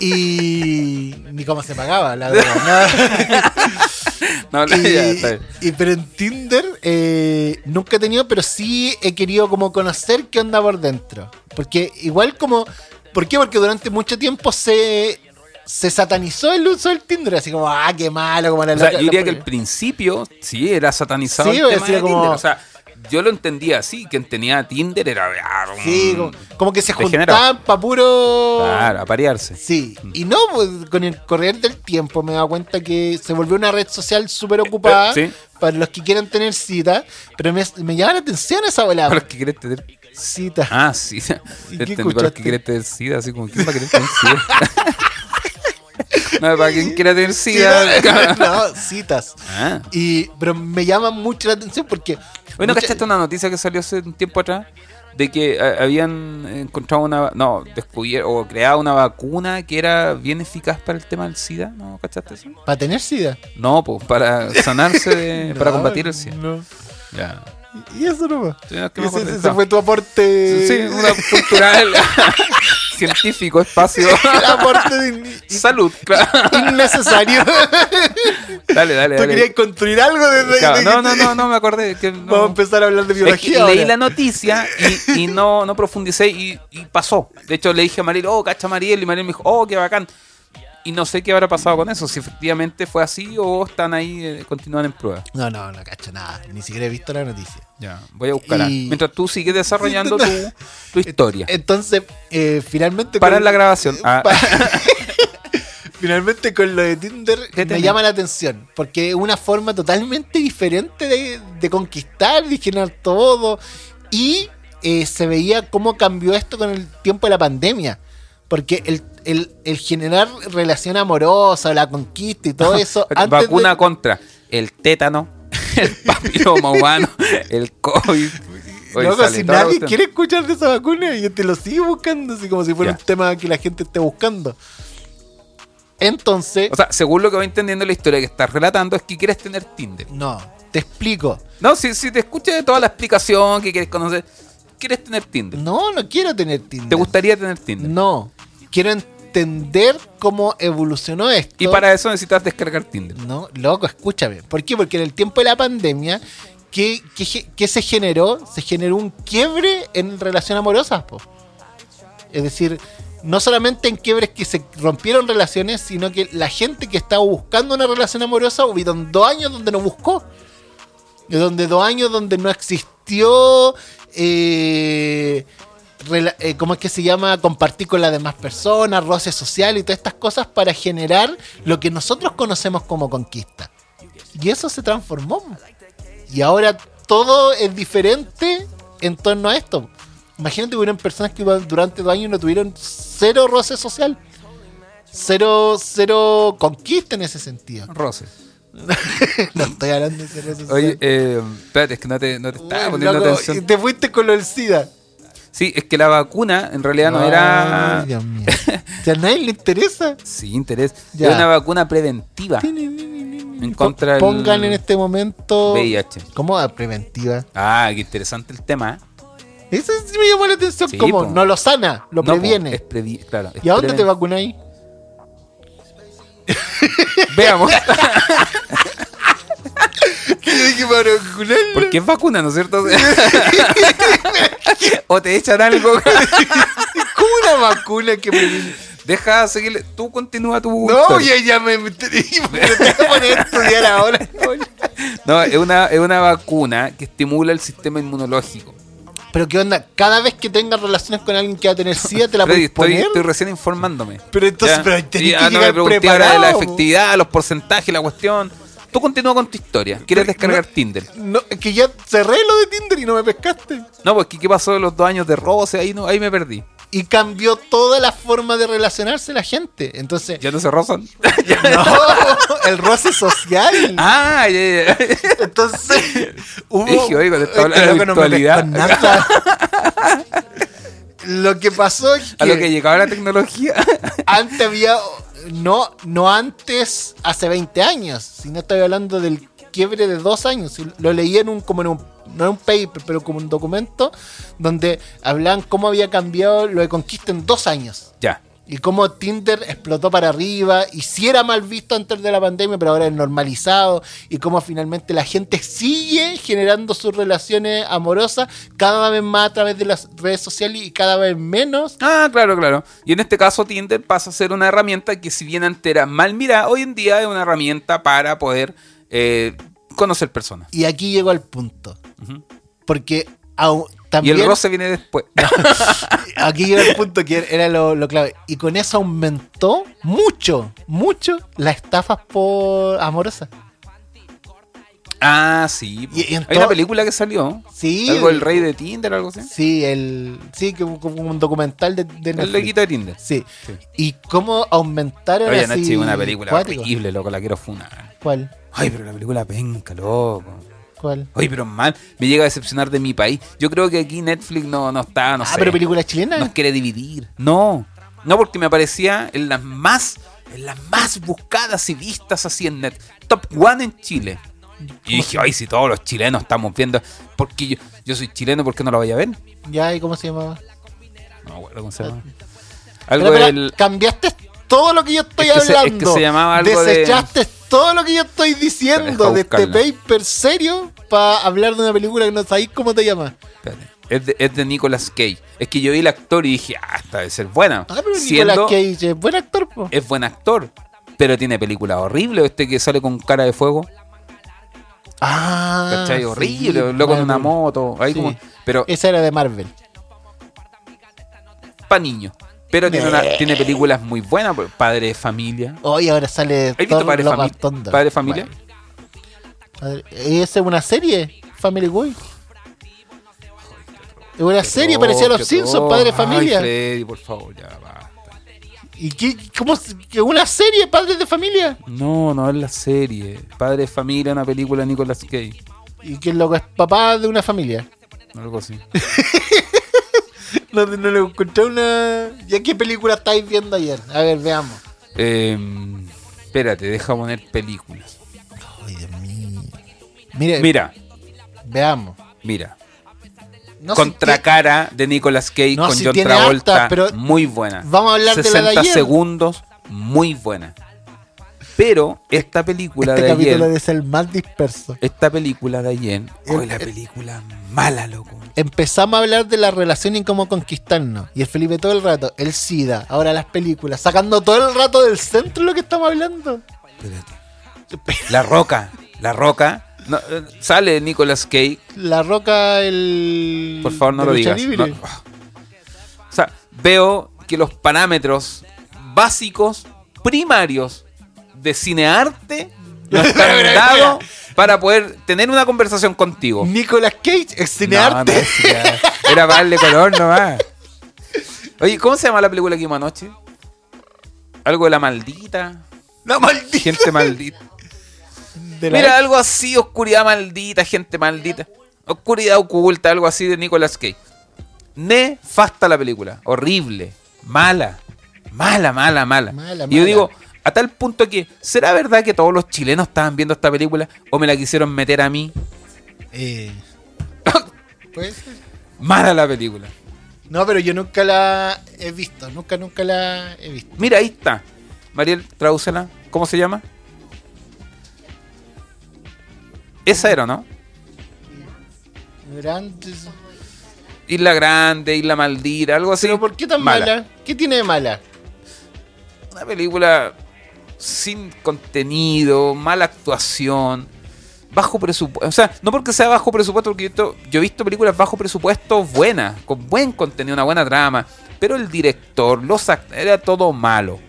y ni cómo se pagaba la
(laughs)
droga. ¿no?
No hablaban (laughs) ya, está
y,
bien.
y- pero en Tinder eh, nunca he tenido, pero sí he querido como conocer qué onda por dentro. Porque igual como... ¿Por qué? Porque durante mucho tiempo se, se satanizó el uso del Tinder. Así como, ah, qué malo, como la
O sea,
loca-
yo diría
la-
que al principio sí era satanizado
Sí,
el
decía
tema de
como-
Tinder. O sea, yo lo entendía así, quien tenía Tinder era ah,
Sí,
mm,
como, como que se
Degenerado.
juntaban para puro...
claro, a (laughs) parearse.
Sí, y no, pues, con el correr del tiempo me he dado cuenta que se volvió una red social súper ocupada
Eh, sí.
para los que quieran tener cita, pero me, me llama la atención esa bola.
Para los que querés tener
Cita.
Ah, (laughs) sí.
¿Y
Entendí,
qué
para los
escuchaste?
que querés tener SIDA, así como ¿quién va a querer tener SIDA? (laughs) no, para quien quiera tener
(laughs)
SIDA.
no, citas.
(laughs) Ah.
Y, pero me llama mucho la atención porque.
Bueno,
mucha-
¿cachaste una noticia que salió hace un tiempo atrás? De que eh, habían encontrado una. No, descubierto o creado una vacuna que era bien eficaz para el tema del SIDA. ¿No cachaste eso?
¿Para tener sida?
No, pues para sanarse, de- Eh, para
(laughs) No,
combatir el SIDA.
no.
Ya.
Y eso no
Sí, no, es que me
Ese,
acordé,
ese
está.
fue tu aporte.
Sí,
(laughs)
una cultural, (laughs) científico, espacio,
aporte de in-
(laughs) salud, claro.
innecesario.
(laughs) Dale, dale,
(laughs) Tú
dale.
querías construir algo desde.
Claro,
de-
No, no, no, no me acordé. Que no.
Vamos a empezar a hablar de
Es que
biología.
leí
ahora.
la noticia y, y no, no profundicé y, y pasó. De hecho, le dije a Mariel, oh, cacha Mariel, y Mariel me dijo, oh, qué bacán. Y no sé qué habrá pasado con eso, si efectivamente fue así o están ahí, eh, continúan en prueba.
No, no, no cacho nada. Ni siquiera he visto la noticia.
Ya, voy a buscarla.
Y-
Mientras tú sigues
(laughs)
desarrollando tu, tu historia.
Entonces, eh, finalmente.
Para
con-
la
(laughs)
grabación. Ah.
Pa- Finalmente con lo de Tinder
¿Qué
me
tenés?
llama la atención, porque es una forma totalmente diferente de, de conquistar, de generar todo, y eh, se veía cómo cambió esto con el tiempo de la pandemia, porque el, el- el generar relación amorosa, la conquista
(laughs)
y todo eso... antes de-
Vacuna contra el tétano, (laughs) el papiloma humano, el COVID. Hoy
Loco,
sale
si
toda la
nadie
cuestión.
quiere escuchar de esa vacuna, yo te lo sigo buscando, así como si fuera
Ya.
un tema que la gente esté buscando. Entonces...
(laughs) O sea, según lo que voy entendiendo la historia que estás relatando, es que quieres tener Tinder.
no, te explico.
No, si, si te escuchas de toda la explicación que quieres conocer, quieres tener Tinder.
No, no quiero tener Tinder.
¿Te gustaría tener Tinder?
No. Quiero entender cómo evolucionó esto.
Y para eso necesitas descargar Tinder.
No, loco, escúchame. ¿Por qué? Porque en el tiempo de la pandemia, ¿qué, qué ge- qué se generó? Se generó un quiebre en relación amorosas, po. Es decir, no solamente en quiebres que se rompieron relaciones, sino que la gente que estaba buscando una relación amorosa hubieron dos años donde no buscó. Y Donde dos años donde no existió. Eh, rela- eh, ¿Cómo es que se llama? Compartir con las demás personas, roce social y todas estas cosas para generar lo que nosotros conocemos como conquista. Y eso se transformó. Y ahora todo es diferente en torno a esto. Imagínate, hubieron personas que durante dos años no tuvieron cero roce social. Cero, cero conquista en ese sentido. (laughs)
Roce.
No estoy hablando de ese roce social.
Oye, eh, espérate, es que no te, no te
Uy,
estaba poniendo
loco,
atención.
y Ah, Te fuiste con lo del SIDA.
Sí, es que la vacuna en realidad no
Ay,
era.
Dios mío. Si a nadie le interesa.
Sí, interés.
Ya.
Era una vacuna preventiva Ah. en contra del
Pongan en este momento.
VIH.
¿Cómo? Ah, Preventiva.
Ah, qué interesante el tema. ¿eh?
Eso sí me llamó la atención.
Sí,
como
po.
no lo sana, lo
No, po,
previene.
es previ- claro, es
¿Y a dónde te
preven- (laughs)
vacunáis?
Veamos.
Yo dije para vacunarlo.
Porque es vacuna, ¿no es
(laughs)
cierto? (laughs) o te echan algo.
(laughs) ¿Cómo una vacuna
(laughs)
que previene?
Deja seguirle. Tú continúa tu.
No,
historia.
ya, ya me, (laughs) me voy a poner a
(laughs)
estudiar ahora.
No, es una, es una vacuna que estimula el sistema inmunológico.
Pero qué onda, cada vez que tengas relaciones con alguien que va a tener SIDA te la
Freddy,
puedes
estoy,
poner.
estoy recién informándome.
Pero entonces,
Ya.
pero tenés
Y,
que
ah, no me
llegar
pregunté ahora de la
preparado, po.
efectividad, los porcentajes, la cuestión. Tú continúa con tu historia. ¿Quieres
Pero,
descargar
no-
Tinder?
No, es que ya cerré lo de Tinder y no me pescaste.
No, pues ¿qué- ¿qué pasó de los dos años de robo? O sea, ahí, no, ahí me perdí.
Y cambió toda la forma de relacionarse la gente. Entonces,
¿Ya no se rozan?
(laughs) no, el roce social.
ah, ya, ya, ya. (laughs)
Entonces, hubo.
Dije, oigo, te está
Eh,
hablando de
loco, no me
virtualidad.
pescó nada. Lo que pasó es
A lo que llegaba la tecnología. (laughs)
antes había. No, no antes, hace 20 años, sino estoy hablando del quiebre de dos años. Y Lo leí en un, como en un, no en un paper, pero como un documento, donde hablan cómo había cambiado lo de conquista en dos años.
ya.
Y cómo Tinder explotó para arriba, y si era mal visto antes de la pandemia, pero ahora es normalizado, y cómo finalmente la gente sigue generando sus relaciones amorosas cada vez más a través de las redes sociales y cada vez menos.
Ah, claro, claro. Y en este caso Tinder pasa a ser una herramienta que si bien antes era mal mirada, hoy en día es una herramienta para poder eh, conocer personas.
Y aquí llego al punto.
Ujú.
Porque au- también.
Y el roce viene después.
(laughs) Aquí llega el punto que era lo, lo clave. Y con eso aumentó mucho, mucho las estafas por amorosas.
Ah, sí.
Y- y en
Hay una
todo-
película que salió.
Sí.
Algo del rey de Tinder, algo así.
Sí, el. Sí, que hubo como un documental de, de
El
Netflix.
loquito de Tinder.
Sí.
Sí.
Y cómo aumentaron
Oye,
así.
Nachi, una película
cuático.
horrible, loco, la quiero funar.
¿Cuál?
Ay, pero la película penca, loco.
¿Cuál?
Ay, pero mal, me llega a decepcionar de mi país. Yo creo que aquí Netflix no, no está, no
ah,
sé.
pero película chilena.
nos quiere dividir. No, no porque me aparecía en las más, en las más buscadas y vistas así en net. Top one en Chile. Y dije, ay, si todos los chilenos estamos viendo, porque yo, yo soy chileno, ¿por qué no la voy a ver? No
Ya, ¿y cómo se llamaba?
me acuerdo cómo se
Ah.
llama.
Pero,
Algo
pero,
del.
Cambiaste todo lo que yo estoy
Es que se- es
hablando.
que se llamaba algo de-
Desechaste todo lo que yo estoy diciendo
Deja
de este
buscarla.
paper serio para hablar de una película que no sabéis cómo te llama.
espérate, Es de, es de Nicolas Cage. Es que yo vi el actor y dije, ah, esta debe ser buena.
Ah, pero
Siendo-
Nicolas Cage es buen actor, po.
es buen actor, pero tiene películas horribles. Este que sale con cara de fuego,
Ah,
¿cachai?
sí,
horrible, loco en
claro.
una moto. Ahí
Sí.
como, pero
Esa era de Marvel.
para niños. Pero tiene, una- tiene películas muy buenas, pues, Padre de Familia.
Hoy ahora sale
¿Has visto
Thor
Padre de
Love
Familia?
and Thunder.
Padre de Familia.
Bueno. Padre- ¿Esa es una serie? Family Guy. Es una serie,
Qué
parecía a
horror, Oh,
Los
qué
Simpsons,
horror.
Padre de
Ay,
Familia.
Freddy, por favor, ya basta.
¿Y qué, cómo se- que una serie, Padres de Familia?
No, no es la serie. Padre de Familia, una película de Nicolas Cage.
¿Y que el loco es papá de una familia?
Algo así.
(laughs) No, no le encontré una... ¿Ya qué película estáis viendo ayer? A ver, veamos.
Em, espérate, deja poner películas.
Ay, Dios mío. Mire,
Mira,
veamos.
mira.
No sé qué-
Contracara de Nicolas Cage
No,
con
si
John
tiene
Travolta.
hartas, pero
muy buena.
vamos a hablar de la de
60
ayer.
segundos, muy buena. Pero esta película
Este
de
capítulo
ayer.
debe ser más disperso.
Esta película de ayer.
El-
Uy, la película mala, loco.
Empezamos a hablar de la relación y cómo conquistarnos. Y el Felipe todo el rato, el SIDA, ahora las películas, sacando todo el rato del centro lo que estamos hablando.
Espérate. La Roca. La Roca. No, eh, sale Nicolas Cage.
La Roca, el.
Por favor, no
Mm, de
lo
lucha
digas.
libre.
No. O sea, veo que los parámetros básicos, primarios de cinearte
(laughs)
no están dados para poder tener una conversación contigo.
Nicolas Cage, es cinearte.
No, no es cinearte. Era para darle color nomás. Oye, ¿cómo se llama la película que vimos anoche? Algo de la maldita.
La maldita.
Gente maldita.
de la-
Mira,
(coughs)
algo así, oscuridad maldita, gente maldita. Oscuridad oculta, algo así de Nicolas Cage. Nefasta la película. Horrible. Mala. Mala, mala, mala.
Mala,
y yo
mala.
digo, a tal punto que, ¿será verdad que todos los chilenos estaban viendo esta película o me la quisieron meter a mí?
Eh, pues,
Mala la película.
no, pero yo nunca la he visto. Nunca, nunca la he visto.
Mira, ahí está. Mariel, tradúcela. ¿Cómo se llama? Esa era, ¿no?
Grandes-
Isla Grande, Isla Maldita, algo así.
¿Pero por qué tan mala? ¿Qué tiene de mala?
Una película sin contenido, mala actuación, bajo presupuesto. O sea, no porque sea bajo presupuesto, porque yo, to- yo he visto películas bajo presupuesto buenas, con buen contenido, una buena trama. Pero el director, los actores, era todo malo.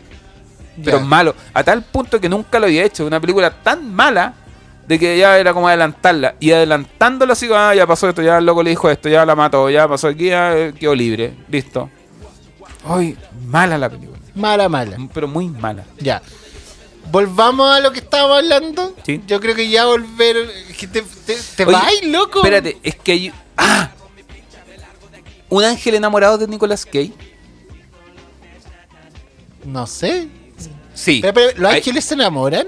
Pero
Ya.
malo. A tal punto que nunca lo había hecho. Una película tan mala de que ya era como adelantarla. Y adelantándola así, ah, ya pasó esto, ya el loco le dijo esto, ya la mató, ya pasó aquí, ya eh, quedó libre. Listo. Ay, mala la película.
Mala, mala.
Pero muy mala.
Ya. Volvamos a lo que estábamos hablando.
Sí.
Yo creo que ya volver. es que te te, te
Oye,
vas, loco.
Espérate, es que hay. ¡Ah! Un ángel enamorado de Nicolas Cage.
No sé.
Sí.
Pero, pero, ¿Los
Hay-
ángeles se
(laughs)
enamoran?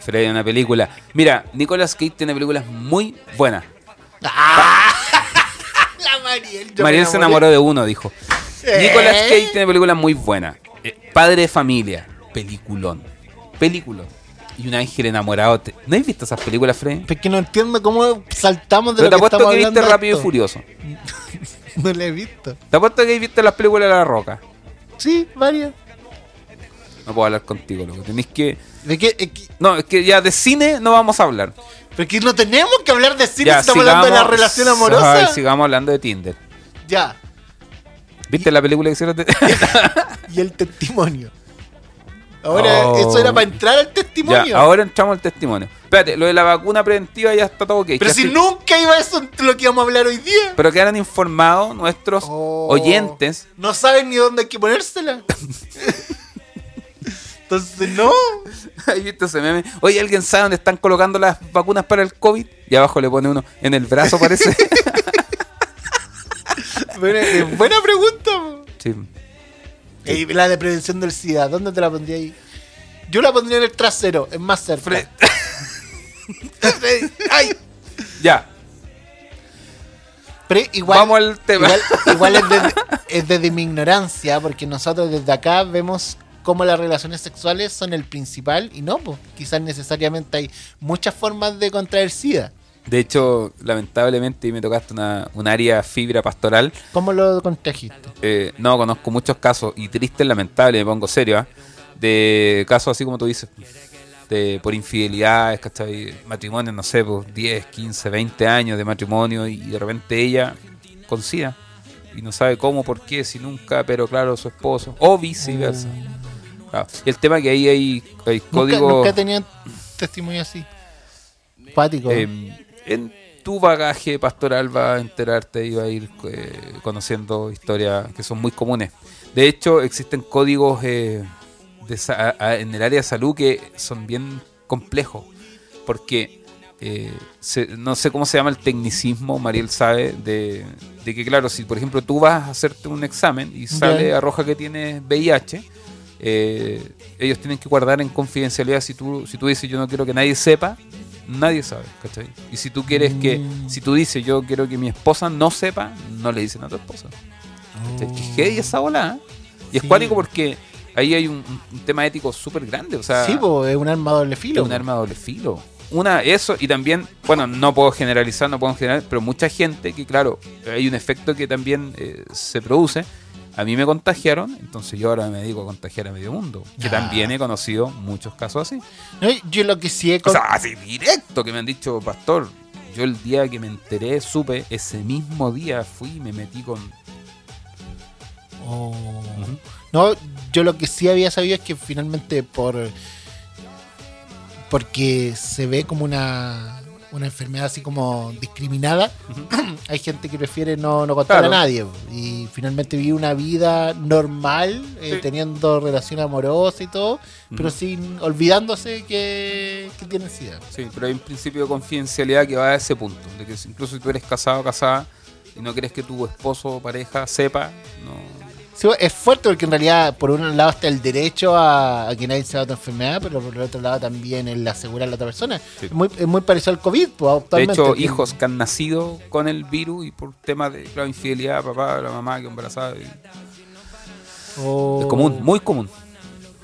Freddy, una película. Mira, Nicolas Cage tiene películas muy buenas.
Ah. (laughs) La Mariel. yo me
Mariel se
enamoré.
enamoró de uno, dijo.
¿Eh?
Nicolas Cage tiene películas muy buenas. Eh, Padre de familia, peliculón. Peliculón. Y un ángel enamorado. te- ¿No has visto esas películas, Freddy?
Porque no entiendo cómo saltamos de
Pero te
lo
apuesto
que estamos
que
hablando.
viste
a
Rápido y
esto.
Furioso.
(laughs) No la he visto.
Te apuesto que viste las películas de La Roca.
Sí, varias.
No puedo hablar contigo, loco. Tenéis que...
¿De qué? Es que-
No, es que ya de cine no vamos a hablar.
Porque no tenemos que hablar de cine
Ya,
si estamos hablando de la relación amorosa.
ay, sigamos hablando de Tinder.
Ya.
¿Viste la película que hicieron? de-
Y (laughs) el testimonio. Ahora,
Oh.
eso era para entrar al
ya,
testimonio.
ahora entramos al testimonio. Espérate, lo de la vacuna preventiva ya está todo ok.
Pero
Ya
si
estoy-
nunca iba eso entre lo que íbamos a hablar hoy día.
Pero quedaron informados nuestros
Oh.
oyentes.
No saben ni dónde hay
(laughs)
que ponérsela. Entonces, no.
(laughs) Ahí viste ese meme? Oye, ¿alguien sabe dónde están colocando las vacunas para el COVID? Y abajo le pone uno en el brazo, parece.
Buena, eh, buena pregunta. po.
sí.
Ey, la de prevención del SIDA, ¿dónde te la pondría ahí? Yo la pondría en el trasero, es más cerca.
Fre-
(laughs)
Ya,
Pero igual,
vamos al tema.
igual, igual
(laughs)
es, desde, es desde mi ignorancia, porque nosotros desde acá vemos cómo las relaciones sexuales son el principal y no, pues quizás necesariamente hay muchas formas de contraer SIDA.
De hecho, lamentablemente, y me tocaste una, un área fibra pastoral.
¿Cómo lo contrajiste?
Eh, no, conozco muchos casos, y triste, lamentable, me pongo serio, ¿ah? de casos así como tú dices, de, por infidelidades, ¿cachai? Matrimonios, no sé, pues, por 10, 15, 20 años de matrimonio, y de repente ella con SIDA, y no sabe cómo, por qué, si nunca, pero claro, su esposo, o viceversa. Claro. Y el tema que ahí hay, hay
Nunca,
código
nunca he tenido testimonio así. Pático.
eh, en tu bagaje pastoral va a enterarte y va a ir eh, conociendo historias que son muy comunes. De hecho, existen códigos eh, de sa- a- a- en el área de salud que son bien complejos, porque eh, se- no sé cómo se llama el tecnicismo, Mariel sabe, de, de que claro, si por ejemplo tú vas a hacerte un examen y sale,
Bien.
arroja que tienes VIH, eh, ellos tienen que guardar en confidencialidad. Si tú, si tú dices yo no quiero que nadie sepa, nadie sabe, ¿cachai? Y si tú quieres que,
Mm.
si tú dices yo quiero que mi esposa no sepa, no le dicen a tu esposa. ¿cachai? Que heavy esa bola, ¿eh? Y es
Mm. Sí.
cuático porque ahí hay un, un- un tema ético súper grande, o sea,
sí, po, es un arma a doble
es
filo. pues.
un
po.
arma de doble filo. Una, eso, y también, bueno, no puedo generalizar, no puedo generalizar, pero mucha gente que, claro, hay un efecto que también eh, se produce. A mí me contagiaron, entonces yo ahora me dedico a contagiar a medio mundo. Que
Ah.
también he conocido muchos casos así.
No, yo lo que sí he
O
con-
sea, así directo que me han dicho, pastor. Yo el día que me enteré, supe, ese mismo día fui y me metí con.
Oh. No, yo lo que sí había sabido es que finalmente por porque se ve como una, una enfermedad así como discriminada, (clears throat) hay gente que prefiere no, no contar
Claro.
a nadie po. y finalmente vive una vida normal, eh,
Sí.
teniendo relación amorosa y todo, pero
Ujú.
sin olvidándose que, que tienen SIDA.
Sí, pero hay un principio de confidencialidad que va a ese punto. De que si- incluso si tú eres casado o casada, y no quieres que tu esposo o pareja sepa, no.
Sí, es fuerte porque en realidad, por un lado está el derecho a, a que nadie se tu enfermedad, pero por el otro lado también el asegurar a la otra persona.
Sí.
Es, muy, es muy parecido al COVID, pues,
De
actualmente.
hecho,
que-
hijos que han nacido con el virus y por temas de claro, infidelidad, papá, la mamá que embarazada. y-
Oh.
Es común, muy común.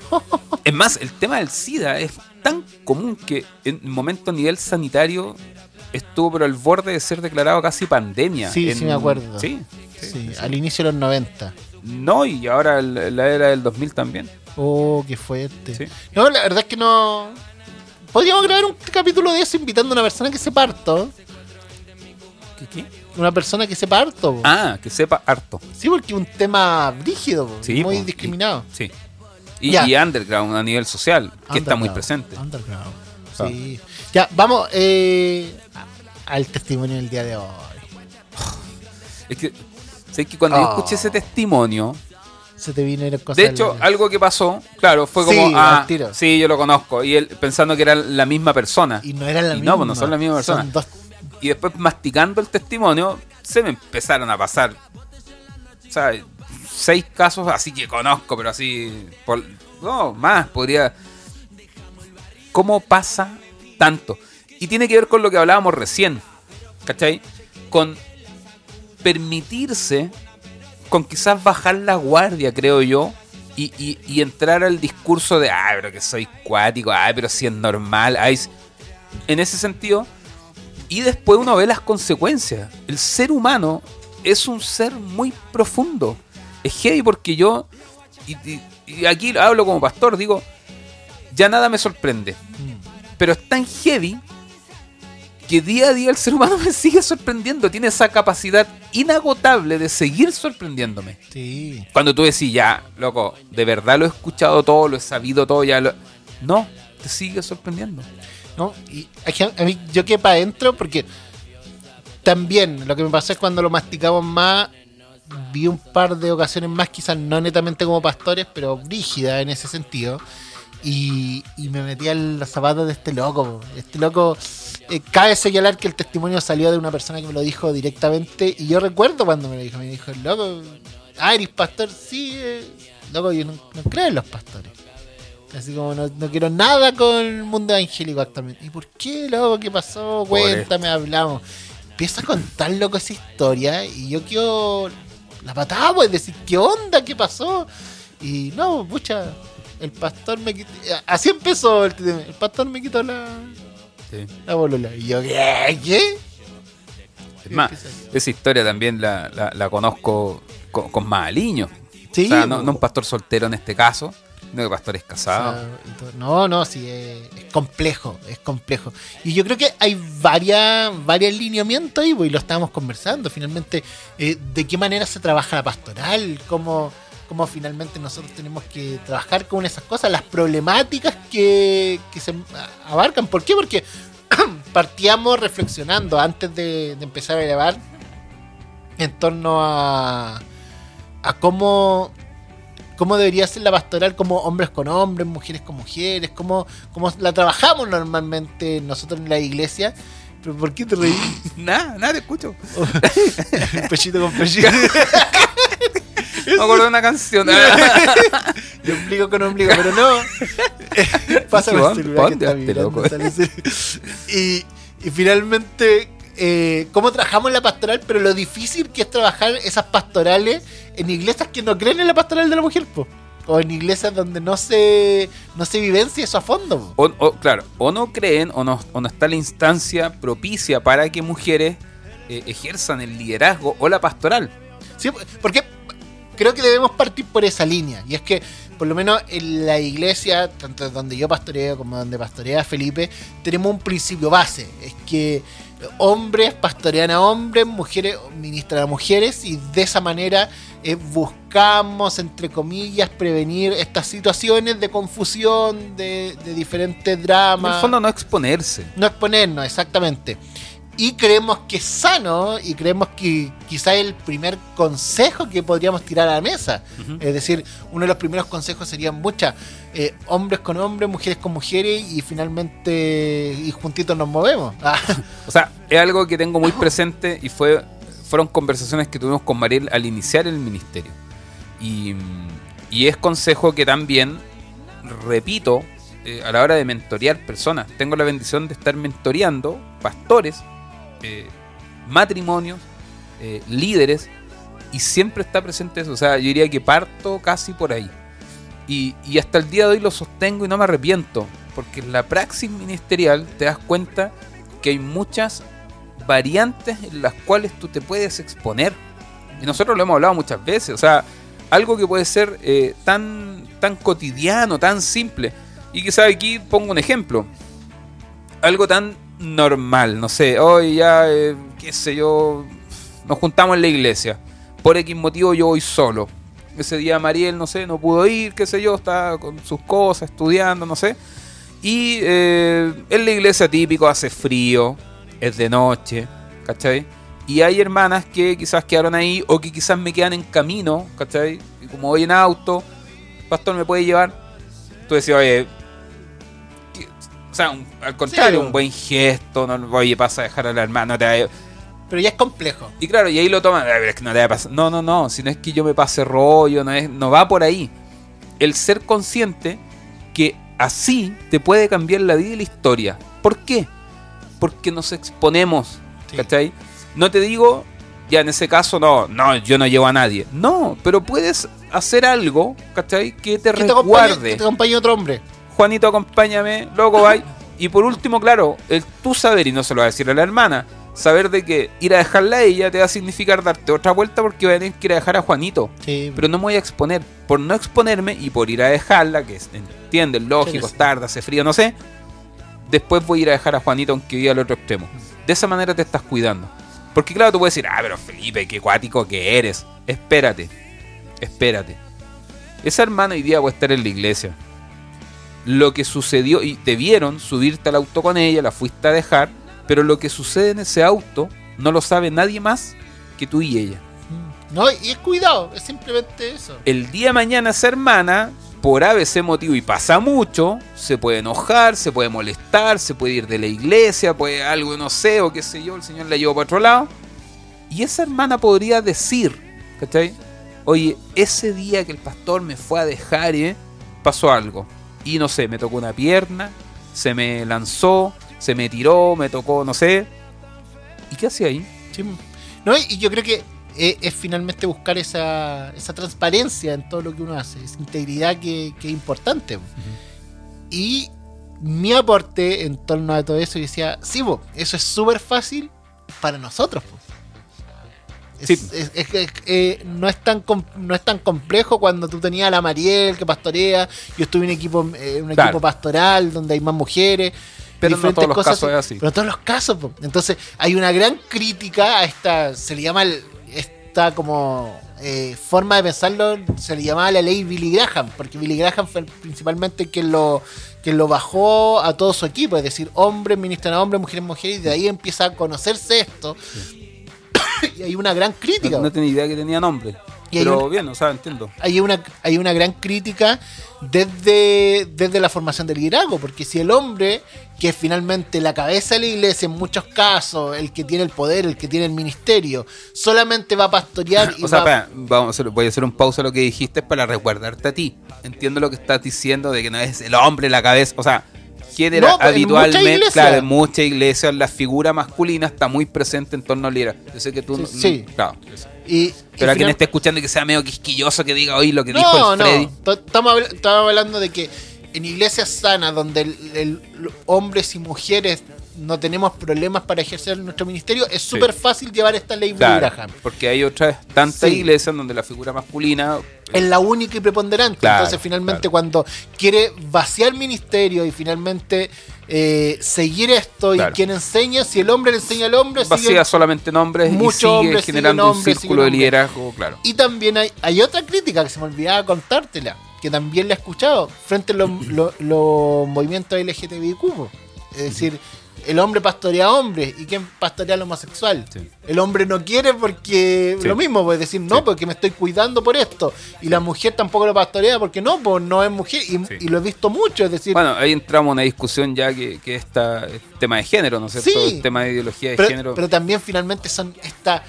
(laughs) es más, el tema del SIDA es tan común que en un momento a nivel sanitario estuvo pero al borde de ser declarado casi pandemia.
Sí,
En-
sí me acuerdo.
Sí, sí,
Sí,
sí.
al inicio de los 90.
No, y ahora el- la era del 2000 también.
Oh, qué fuerte.
Sí.
No, la verdad es que no. Podríamos grabar un capítulo de eso invitando a una persona que se parto.
¿Qué, qué?
Una persona que se parto. po.
Ah, que sepa harto.
Sí, porque es un tema rígido,
Sí,
muy
po, y-
discriminado.
Sí. Y,
Ya.
y underground a nivel social, que está muy
Underground,
presente.
Underground. Sí. Ya, vamos eh, a- al testimonio del día de hoy.
Es que, sé que cuando yo
Oh.
escuché ese testimonio,
Se te vinieron cosas.
De hecho,
a la-
algo que pasó, claro, fue
Sí,
como, ah,
al tiro.
sí, yo lo conozco. Y él pensando que era la misma persona.
y no eran la
y
misma.
no, pues, no son la misma persona.
Son dos-
Y después, masticando el testimonio, se me empezaron a pasar, o sea, seis casos así que conozco, pero así, por- no, más, podría... ¿Cómo pasa tanto? Y tiene que ver con lo que hablábamos recién, ¿cachai? Con permitirse, con quizás bajar la guardia, creo yo, y, y- y entrar al discurso de, ay, pero que soy cuático, ay, pero si es normal, ay, si-". en ese sentido. Y después uno ve las consecuencias. El ser humano es un ser muy profundo. Es heavy porque yo, y, y- y aquí hablo como pastor, digo, ya nada me sorprende.
mm,
Pero es tan heavy que día a día el ser humano (laughs) me sigue sorprendiendo. Tiene esa capacidad inagotable de seguir sorprendiéndome.
Sí.
Cuando tú decís, ya, loco, de verdad lo he escuchado todo, lo he sabido todo, ya lo... No, te sigue sorprendiendo.
¿no? Y aquí a a mí, yo quedé para adentro porque también lo que me pasó es cuando lo masticamos más, vi un par de ocasiones más, quizás no netamente como pastores, pero brígida en ese sentido. Y, y me metí en los zapatos de este loco. po. Este loco, eh, cabe señalar que el testimonio salió de una persona que me lo dijo directamente. Y yo recuerdo cuando me lo dijo. Me dijo, loco, ah, eres pastor, sí. eh". Loco, yo no, no creo en los pastores. Así como no, no quiero nada con el mundo evangélico actualmente. ¿Y por qué, loco? ¿Qué pasó?
Pobre.
Cuéntame, hablamos. Empieza a contar, loco, esa historia. Y yo quiero la patada, pues, decir, ¿qué onda? ¿Qué pasó? Y no, mucha. El pastor me quitó. eh, Así empezó el tema. El pastor me quitó la,
Sí.
la bolola. Y yo, ¿qué? ¿Qué?
Es más, esa historia también la, la- la conozco con, con más aliño.
Sí.
O sea, no,
po.
no un pastor soltero en este caso, sino que pastores
O sea,
casados.
y todo. no, no, sí, es, es complejo, es complejo. Y yo creo que hay varias, varios lineamientos ahí, pues, y lo estábamos conversando. Finalmente, eh, de qué manera se trabaja la pastoral, cómo, cómo finalmente nosotros tenemos que trabajar con esas cosas, las problemáticas que, que se a- abarcan. ¿Por qué? Porque (clears throat) partíamos reflexionando antes de, de empezar a grabar en torno a, a cómo cómo debería ser la pastoral como hombres con hombres, mujeres con mujeres, cómo, cómo la trabajamos normalmente nosotros en la iglesia. ¿Pero por qué te reí?
(laughs) Nada, nada, te escucho.
pechito con pechito.
Me acuerdo de una
(laughs)
canción.
Y ombligo con ombligo, pero no.
(laughs)
(laughs) Pasa
Juan,
el celular
ponte
que está
este
vibrando,
loco.
está en el cel- y, y finalmente, eh, ¿cómo trabajamos la pastoral? Pero lo difícil que es trabajar esas pastorales en iglesias que no creen en la pastoral de la mujer, po. O en iglesias donde no se, no se vivencia eso a fondo. po.
(laughs) o, o, claro, o no creen o no, o no está la instancia propicia para que mujeres eh, ejerzan el liderazgo o la pastoral.
Sí, porque creo que debemos partir por esa línea. Y es que, por lo menos en la iglesia, tanto donde yo pastoreo como donde pastorea Felipe, tenemos un principio base. Es que hombres pastorean a hombres, mujeres ministran a mujeres y de esa manera eh, buscamos, entre comillas, prevenir estas situaciones de confusión, de, de diferentes
En
dramas
el fondo no exponerse.
no exponernos, exactamente. Y creemos que es sano y creemos que quizá el primer consejo que podríamos tirar a la mesa.
Ujú.
Es decir, uno de los primeros consejos serían muchas, eh, hombres con hombres, mujeres con mujeres y finalmente y juntitos nos movemos. Ah, (laughs)
O sea, es algo que tengo muy presente y fue, fueron conversaciones que tuvimos con Mariel al iniciar el ministerio. Y, y es consejo que también repito eh, a la hora de mentorear personas. Tengo la bendición de estar mentoreando pastores, eh, matrimonios, eh, líderes, y siempre está presente eso. O sea, yo diría que parto casi por ahí. Y, y hasta el día de hoy lo sostengo y no me arrepiento, porque en la praxis ministerial te das cuenta que hay muchas variantes en las cuales tú te puedes exponer. Y nosotros lo hemos hablado muchas veces, o sea, algo que puede ser eh, tan, tan cotidiano, tan simple. Y quizá aquí pongo un ejemplo. Algo tan normal, no sé, hoy ya, eh, qué sé yo, nos juntamos en la iglesia. Por X motivo yo voy solo. Ese día Mariel, no sé, no pudo ir, qué sé yo, está con sus cosas, estudiando, no sé. Y eh, en la iglesia típico hace frío, es de noche, ¿cachai? Y hay hermanas que quizás quedaron ahí o que quizás me quedan en camino, ¿cachai? Y como voy en auto, pastor me puede llevar. Tú decís, oye, que- o sea, un- al contrario,
Sí.
un buen gesto, no, oye, pasa a dejar a la hermana, no te vayas.
Pero ya es complejo.
Y claro, y ahí lo toman. "Ay, pero es que no le va a pasar". No, no, no. Si no es que yo me pase rollo, no, es, no va por ahí. El ser consciente que así te puede cambiar la vida y la historia. ¿Por qué? Porque nos exponemos.
Sí.
¿Cachai? No te digo, ya en ese caso, no, no, yo no llevo a nadie. No, pero puedes hacer algo, ¿cachai? Que te
Que te, acompañe,
resguarde.
que te acompañe otro hombre.
Juanito, acompáñame, loco, bye. Y por último, claro, el tú saber, y no se lo va a decir a la hermana, saber de que ir a dejarla a ella te va a significar darte otra vuelta porque va a tener que ir a dejar a Juanito.
Sí,
Pero no me voy a exponer. Por no exponerme y por ir a dejarla, que es- entiende, es
Sí,
lógico,
sí.
es tarde, hace frío, no sé. Después voy a ir a dejar a Juanito aunque viva al otro extremo. De esa manera te estás cuidando. Porque claro, tú puedes decir, ah, pero Felipe, qué cuático que eres. Espérate, espérate. Esa hermana hoy día puede estar en la iglesia. Lo que sucedió, y te vieron subirte al auto con ella, la fuiste a dejar, pero lo que sucede en ese auto no lo sabe nadie más que tú y ella
Mm. No, y es cuidado, es simplemente eso.
el día de mañana esa hermana, por ABC motivo y pasa mucho, se puede enojar, se puede molestar, se puede ir de la iglesia, puede algo, no sé, o qué sé yo, el Señor la llevó para otro lado. Y esa hermana podría decir, ¿cachai? Oye, ese día que el pastor me fue a dejar, ¿eh? pasó algo. Y no sé, me tocó una pierna, se me lanzó, se me tiró, me tocó, no sé. ¿Y qué hacía ahí?
Sí. No, y y yo creo que eh, es finalmente buscar esa, esa transparencia en todo lo que uno hace, esa integridad que, que es importante. Y mi aporte en torno a todo eso, yo decía, sí, bo, eso es súper fácil para nosotros. po". Es-
Sí.
es- es- es- eh, no, es tan com- no es tan complejo cuando tú tenías a la Mariel que pastorea, yo estuve en un equipo, eh, un
Claro.
equipo pastoral donde hay más mujeres,
Pero no en
diferentes
todos los
cosas,
casos es así.
Pero en todos los casos, po. entonces hay una gran crítica a esta, se le llama el- esta como eh, forma de pensarlo, se le llamaba la ley Billy Graham, porque Billy Graham fue principalmente quien lo, quien lo bajó a todo su equipo, es decir, hombres ministran a hombres, mujeres mujeres, y de ahí empieza a conocerse esto. (coughs) y hay una gran crítica.
No,
po
no tenía idea que tenía nombre.
Y hay
Pero
un-
bien, o sea, entiendo.
hay una, hay una gran crítica desde, desde la formación del liderazgo, porque si el hombre, que es finalmente la cabeza de la iglesia en muchos casos, el que tiene el poder, el que tiene el ministerio, solamente va
(coughs)
a pastorear y
O sea,
va
espera, vamos a hacer- voy a hacer un pausa a lo que dijiste para resguardarte a ti. Entiendo lo que estás diciendo de que no es el hombre la cabeza. O sea, genera
No, pero en muchas
habitualmente,
iglesias.
claro, en muchas iglesias la figura masculina está muy presente en torno al líder. Yo sé que tú.
Sí,
no- mm,
sí.
claro.
y,
Pero a
y
quien
final-
esté escuchando y que sea medio quisquilloso que diga hoy lo que dijo
No,
el Freddy.
no, to- estamos, habl- estamos hablando de que en iglesias sanas, donde el- el- hombres y mujeres no tenemos problemas para ejercer nuestro ministerio, es súper fácil llevar esta ley Billy
Claro,
Graham.
porque hay otras tantas
Sí.
iglesias donde la figura masculina.
es la única y preponderante.
Claro,
Entonces, finalmente,
claro.
cuando quiere vaciar ministerio y finalmente eh, seguir esto,
Claro.
y quien enseña, si el hombre le enseña al hombre, sigue.
Vacía solamente nombres
Muchos
y sigue
hombres, sigue
generando
nombres,
un
sigue
círculo de
nombres.
liderazgo, claro.
Y también hay, hay otra crítica que se me olvidaba contártela, que también la he escuchado, frente a
(clears throat)
los lo- los movimientos LGTBIQ. po. Es decir, el hombre pastorea a hombres y quién pastorea al homosexual.
Sí.
El hombre no quiere porque
Sí.
lo mismo, pues decir no,
Sí.
porque me estoy cuidando por esto. Y la mujer tampoco lo pastorea porque no, pues no es mujer. Y,
Sí.
y lo he visto mucho, es decir,
Bueno, ahí entramos en una discusión ya que, que está el tema de género, ¿no es cierto?
Sí.
El tema de ideología de
pero,
género.
pero también finalmente son esta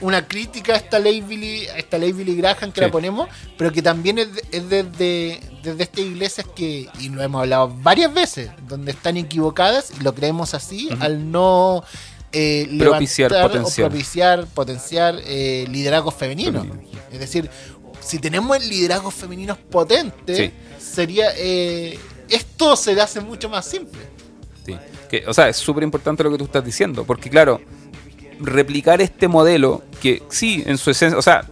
una crítica a esta ley Billy, a esta ley Billy Graham
Sí.
que la ponemos, pero que también es, de- es desde, desde estas iglesias que, y lo hemos hablado varias veces, donde están equivocadas y lo creemos así
Ujú.
al no eh,
Propiciar,
levantar o
potenciar.
propiciar, potenciar eh, liderazgos femeninos.
Femenino.
Es decir, si tenemos liderazgos femeninos potentes,
Sí.
sería eh, esto se le hace mucho más simple.
Sí. Que, o sea, es súper importante lo que tú estás diciendo, porque claro, replicar este modelo que sí, en su esencia, o sea,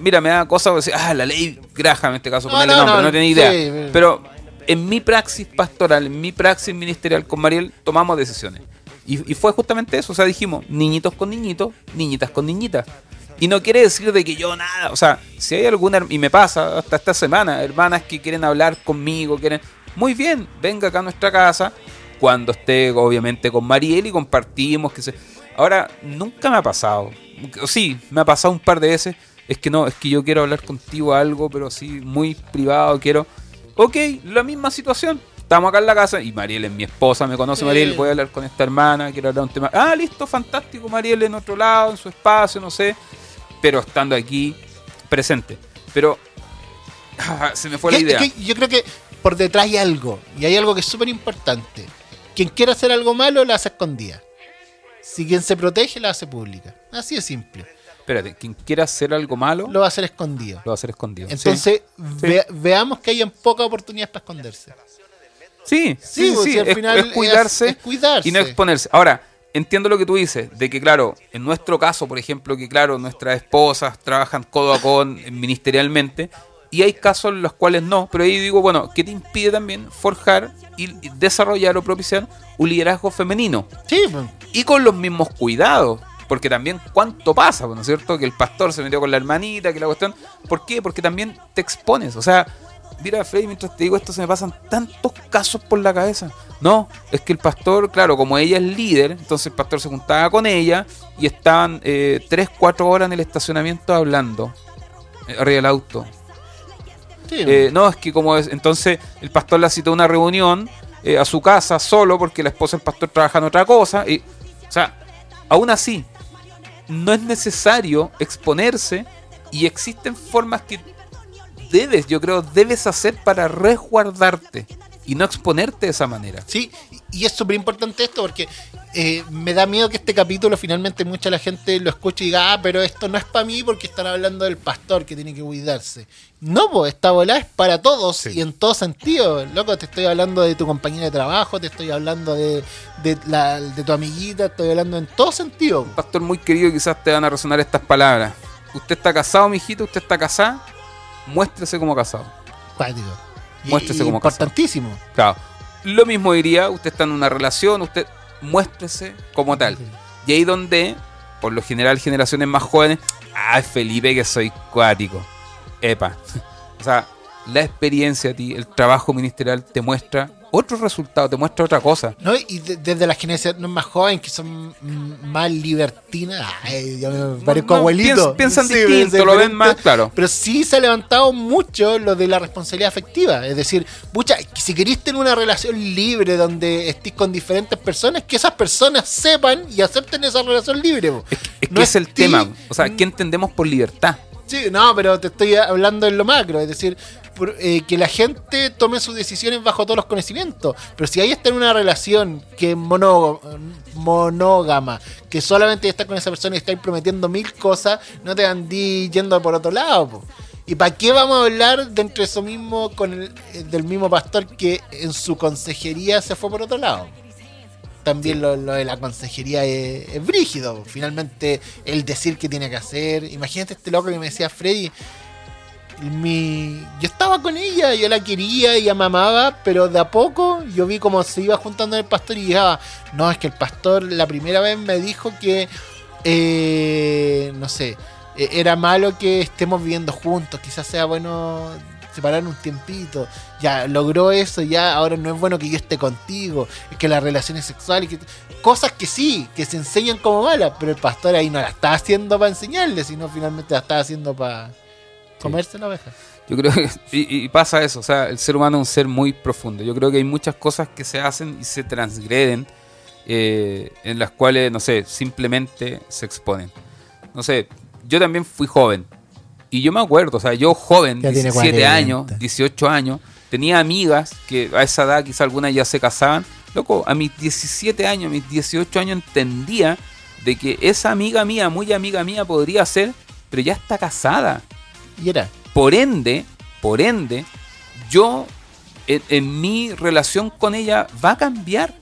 mira, me da cosa decir, ah, la ley Graham en este caso,
No,
ponerle
no,
nombre, no,
no,
tenía
sí,
idea.
eh.
Pero en mi praxis pastoral, en mi praxis ministerial con Mariel, tomamos decisiones. Y, y fue justamente eso, o sea, dijimos, niñitos con niñitos, niñitas con niñitas. Y no quiere decir de que yo nada, o sea, si hay alguna, y me pasa hasta esta semana, hermanas que quieren hablar conmigo, quieren, muy bien, venga acá a nuestra casa, cuando esté obviamente con Mariel y compartimos, que se... Ahora, nunca me ha pasado, o sí, me ha pasado un par de veces, es que no, es que yo quiero hablar contigo algo, pero sí, muy privado, quiero... Ok, la misma situación. Estamos acá en la casa y Mariel es mi esposa, me conoce
Sí.
Mariel, voy a hablar con esta hermana, quiero hablar un tema. Ah, listo, fantástico, Mariel en otro lado, en su espacio, no sé. Pero estando aquí, presente. Pero (laughs) se me fue la
Que-
idea.
que yo creo que por detrás hay algo, y hay algo que es súper importante. Quien quiere hacer algo malo, la hace escondida. Si quien se protege, la hace pública. Así de simple.
Espérate, quien quiera hacer algo malo,
Lo va a hacer escondido.
lo va a hacer escondido.
Entonces, ve- veamos que hay en pocas oportunidades para esconderse.
sí, sí, sí,
pues,
sí,
si al
es,
final
es cuidarse.
es cuidarse.
Y no exponerse. Ahora, entiendo lo que tú dices, de que claro, en nuestro caso, por ejemplo, que claro, nuestras esposas trabajan codo a codo en- ministerialmente, y hay casos en los cuales no, pero ahí digo, bueno, ¿qué te impide también forjar y y desarrollar o propiciar un liderazgo femenino?
Sí, pues.
y con los mismos cuidados. Porque también cuánto pasa, ¿no es cierto? Que el pastor se metió con la hermanita, que la cuestión... ¿Por qué? Porque también te expones. O sea, mira, Freddy, mientras te digo esto, se me pasan tantos casos por la cabeza. No, es que el pastor, claro, como ella es líder, entonces el pastor se juntaba con ella y estaban eh, tres, cuatro horas en el estacionamiento hablando. eh, Arriba del auto.
sí, pues.
Eh, no, es que como es, entonces el pastor la citó a una reunión eh, a su casa solo porque la esposa del pastor trabaja en otra cosa. Y, o sea, aún así, no es necesario exponerse y existen formas que debes, yo creo, debes hacer para resguardarte y no exponerte de esa manera.
Sí, y es súper importante esto porque eh, me da miedo que este capítulo finalmente mucha la gente lo escuche y diga, ah, pero esto no es para mí porque están hablando del pastor que tiene que cuidarse. No, pues esta bola es para todos
Sí.
y en todo sentido. Loco, te estoy hablando de tu compañera de trabajo, te estoy hablando de, de, la- de tu amiguita, estoy hablando en todo sentido. po.
Pastor muy querido, quizás te van a resonar estas palabras. Usted está casado, mijito, usted está casada, muéstrese como casado.
Cuático. Y-
Muéstrese
y
como casado.
Importantísimo.
Claro. Lo mismo diría, usted está en una relación, usted muéstrese como tal. Y ahí donde, por lo general, generaciones más jóvenes, ah, Felipe, que soy cuático. Epa. O sea, la experiencia a ti, el trabajo ministerial te muestra otro resultado, te muestra otra cosa.
¿No? Y de- desde las generaciones más jóvenes que son mm, más libertinas, ay, ya me parezco
No,
abuelito.
piens- Piensan
Sí,
distinto,
es
lo ven
diferente.
más, claro.
Pero sí se ha levantado mucho lo de la responsabilidad afectiva. Es decir, pucha, si querés tener una relación libre donde estés con diferentes personas, que esas personas sepan y acepten esa relación libre. po.
Es que
No
es el
ti-
tema. O sea, ¿qué entendemos por libertad?
Sí, no, pero te estoy hablando en lo macro, es decir, por- eh, que la gente tome sus decisiones bajo todos los conocimientos. Pero si ahí está en una relación que es mono- monógama, que solamente estás con esa persona y estáis prometiendo mil cosas, no te andí yendo por otro lado. po. ¿Y para qué vamos a hablar dentro de eso mismo con el, eh, del mismo pastor que en su consejería se fue por otro lado? También lo, lo de la consejería es, es brígido. Finalmente, el decir qué tiene que hacer. Imagínate este loco que me decía Freddy. Mi... Yo estaba con ella, yo la quería, ella me amaba, pero de a poco yo vi como se iba juntando el pastor y llegaba. No, es que el pastor la primera vez me dijo que. eh, no sé, eh, era malo que estemos viviendo juntos. Quizás sea bueno separar un tiempito ya logró eso, ya ahora no es bueno que yo esté contigo, es que las relaciones sexuales, que- cosas que sí, que se enseñan como malas, pero el pastor ahí no la está haciendo para enseñarle, sino finalmente la está haciendo para comerse la oveja.
Yo creo que (laughs) y, y pasa eso, o sea, el ser humano es un ser muy profundo. Yo creo que hay muchas cosas que se hacen y se transgreden eh, en las cuales, no sé, simplemente se exponen. no sé, yo también fui joven. Y yo me acuerdo, o sea, yo joven,
Ya tiene
17
40.
años, 18 años, tenía amigas que a esa edad quizá algunas ya se casaban. Loco, a mis 17 años, a mis 18 años entendía de que esa amiga mía, muy amiga mía, podría ser, pero ya está casada.
Y era.
Por ende, por ende, yo en, en mi relación con ella va a cambiar.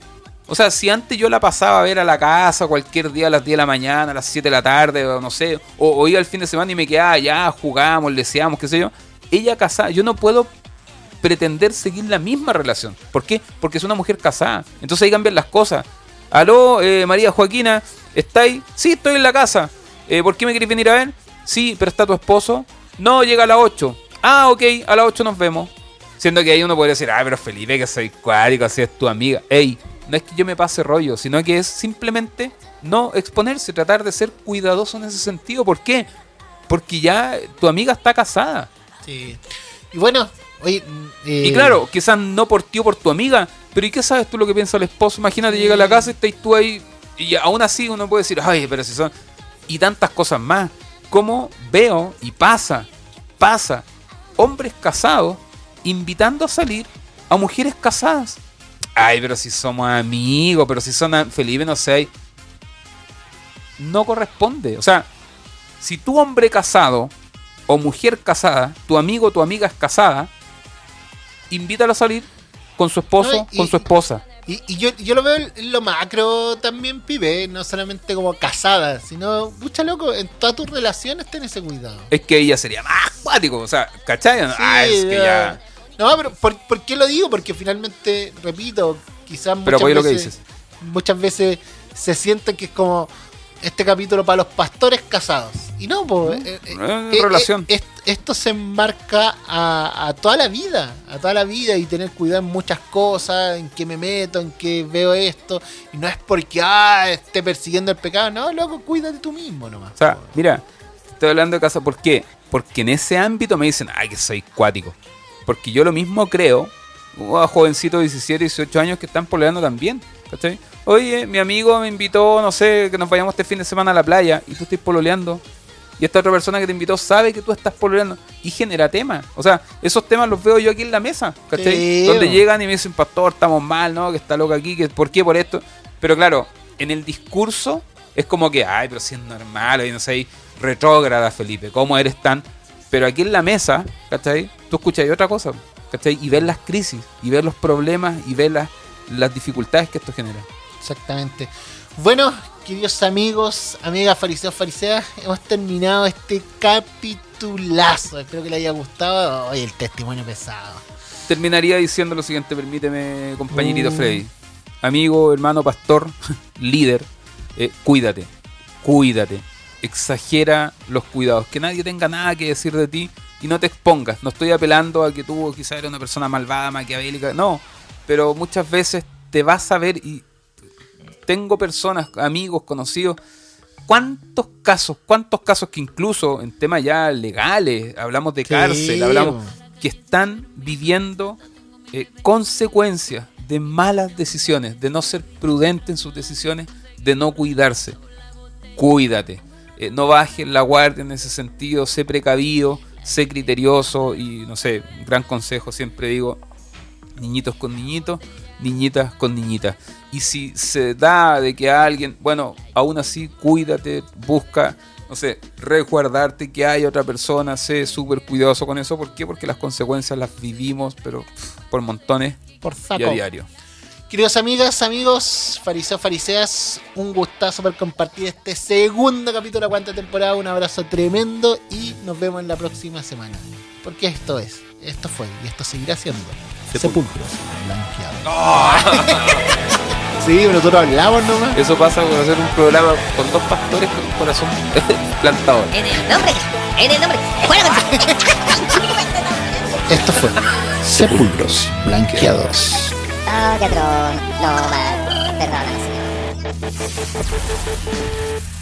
O sea, si antes yo la pasaba a ver a la casa cualquier día a las 10 de la mañana, a las 7 de la tarde, o no sé, o, o iba el fin de semana y me quedaba allá, jugábamos, leseábamos, qué sé yo. Ella casada, yo no puedo pretender seguir la misma relación. ¿Por qué? Porque es una mujer casada. Entonces ahí cambian las cosas. Aló, eh, María Joaquina, ¿estáis? Sí, estoy en la casa. Eh, ¿Por qué me queréis venir a ver? Sí, pero está tu esposo. No, llega a las 8. Ah, ok, a las 8 nos vemos. Siendo que ahí uno podría decir, ah, pero Felipe, que soy cuático, así es tu amiga. Ey, no es que yo me pase rollo, sino que es simplemente no exponerse, tratar de ser cuidadoso en ese sentido. ¿Por qué? Porque ya tu amiga está casada.
Y bueno, oye. mm,
Y
eh,
claro, quizás no por ti o por tu amiga, pero ¿y qué sabes tú lo que piensa el esposo? Imagínate, llega a la casa y estás tú ahí, y aún así uno puede decir, ay, pero si son. Y tantas cosas más. Como veo y pasa, pasa, hombres casados invitando a salir a mujeres casadas. Ay, pero si somos amigos, pero si son a- Felipe, no sé. No corresponde. O sea, si tu hombre casado o mujer casada, tu amigo o tu amiga es casada, invítalo a salir con su esposo,
No, y-
con su esposa.
Y, y yo, yo lo veo en lo macro también, pibe, eh, no solamente como casada, sino, pucha loco, en todas tus relaciones ten ese cuidado.
Es que ella sería más acuático, o sea, ¿cachai? (laughs) ah, es
Sí,
que ya.
No, pero ¿por, por qué lo digo? Porque finalmente, repito, quizás muchas
Pero voy a lo que
veces-
dices.
muchas veces se sienten que es como este capítulo para los pastores casados. Y no, pues.
no es relación.
eh, esto se enmarca a, a toda la vida, a toda la vida y tener cuidado en muchas cosas, en qué me meto, en qué veo esto. Y no es porque, ah, esté persiguiendo el pecado. No, loco, cuídate tú mismo nomás.
O sea,
po.
mira, te estoy hablando de casa, ¿por qué? Porque en ese ámbito me dicen, ay, que soy cuático. Porque yo lo mismo creo uh, a jovencitos de 17, 18 años que están poleando también. ¿cachai? Oye, mi amigo me invitó, no sé, que nos vayamos este fin de semana a la playa y tú estás pololeando. Y esta otra persona que te invitó sabe que tú estás pololeando y genera temas. O sea, esos temas los veo yo aquí en la mesa, ¿cachai?
Sí,
Donde
bo.
llegan y me dicen, pastor, estamos mal, ¿no? Que está loca aquí, que ¿por qué? Por esto. Pero claro, en el discurso es como que, ay, pero si es normal, oye, no sé, y retrógrada, Felipe, ¿cómo eres tan...? Pero aquí en la mesa, ¿cachai? Tú escuchas y otra cosa, ¿cachai? Y ves las crisis, y ves los problemas, y ves las, las dificultades que esto genera.
Exactamente. Bueno, queridos amigos, amigas fariseos, fariseas, hemos terminado este capitulazo. Espero que les haya gustado. Oye, el testimonio pesado.
Terminaría diciendo lo siguiente, permíteme, compañerito
Mm.
Freddy. Amigo, hermano, pastor, (laughs) líder, eh, cuídate, cuídate. Exagera los cuidados, que nadie tenga nada que decir de ti y no te expongas. No estoy apelando a que tú quizás eres una persona malvada, maquiavélica, no, pero muchas veces te vas a ver y tengo personas, amigos, conocidos, cuántos casos, cuántos casos que incluso en temas ya legales, hablamos de
Sí,
cárcel, hablamos
bo.
que están viviendo eh, consecuencias de malas decisiones, de no ser prudente en sus decisiones, de no cuidarse. Cuídate, eh, no bajes la guardia en ese sentido, sé precavido, sé criterioso y no sé, un gran consejo siempre digo, niñitos con niñitos, niñitas con niñitas. Y si se da de que alguien, bueno, aún así cuídate, busca, no sé, resguardarte que hay otra persona, sé súper cuidadoso con eso. ¿Por qué? Porque las consecuencias las vivimos, pero pff, por montones
Por
y a
saco.
diario.
Queridos amigas, amigos, fariseos, fariseas, un gustazo por compartir este segundo capítulo de la cuarta temporada. Un abrazo tremendo y nos vemos en la próxima semana. Porque esto es, esto fue y esto seguirá siendo Sepulcros Blanqueados.
Ah.
(laughs) sí, pero nosotros hablamos nomás.
Eso pasa por hacer un programa con dos pastores con un corazón (laughs) plantador.
En el nombre, en el nombre. Fuera con
Esto fue Sepulcros Blanqueados.
Ah, Oh, catrón. No, va. Perdónalo, señor.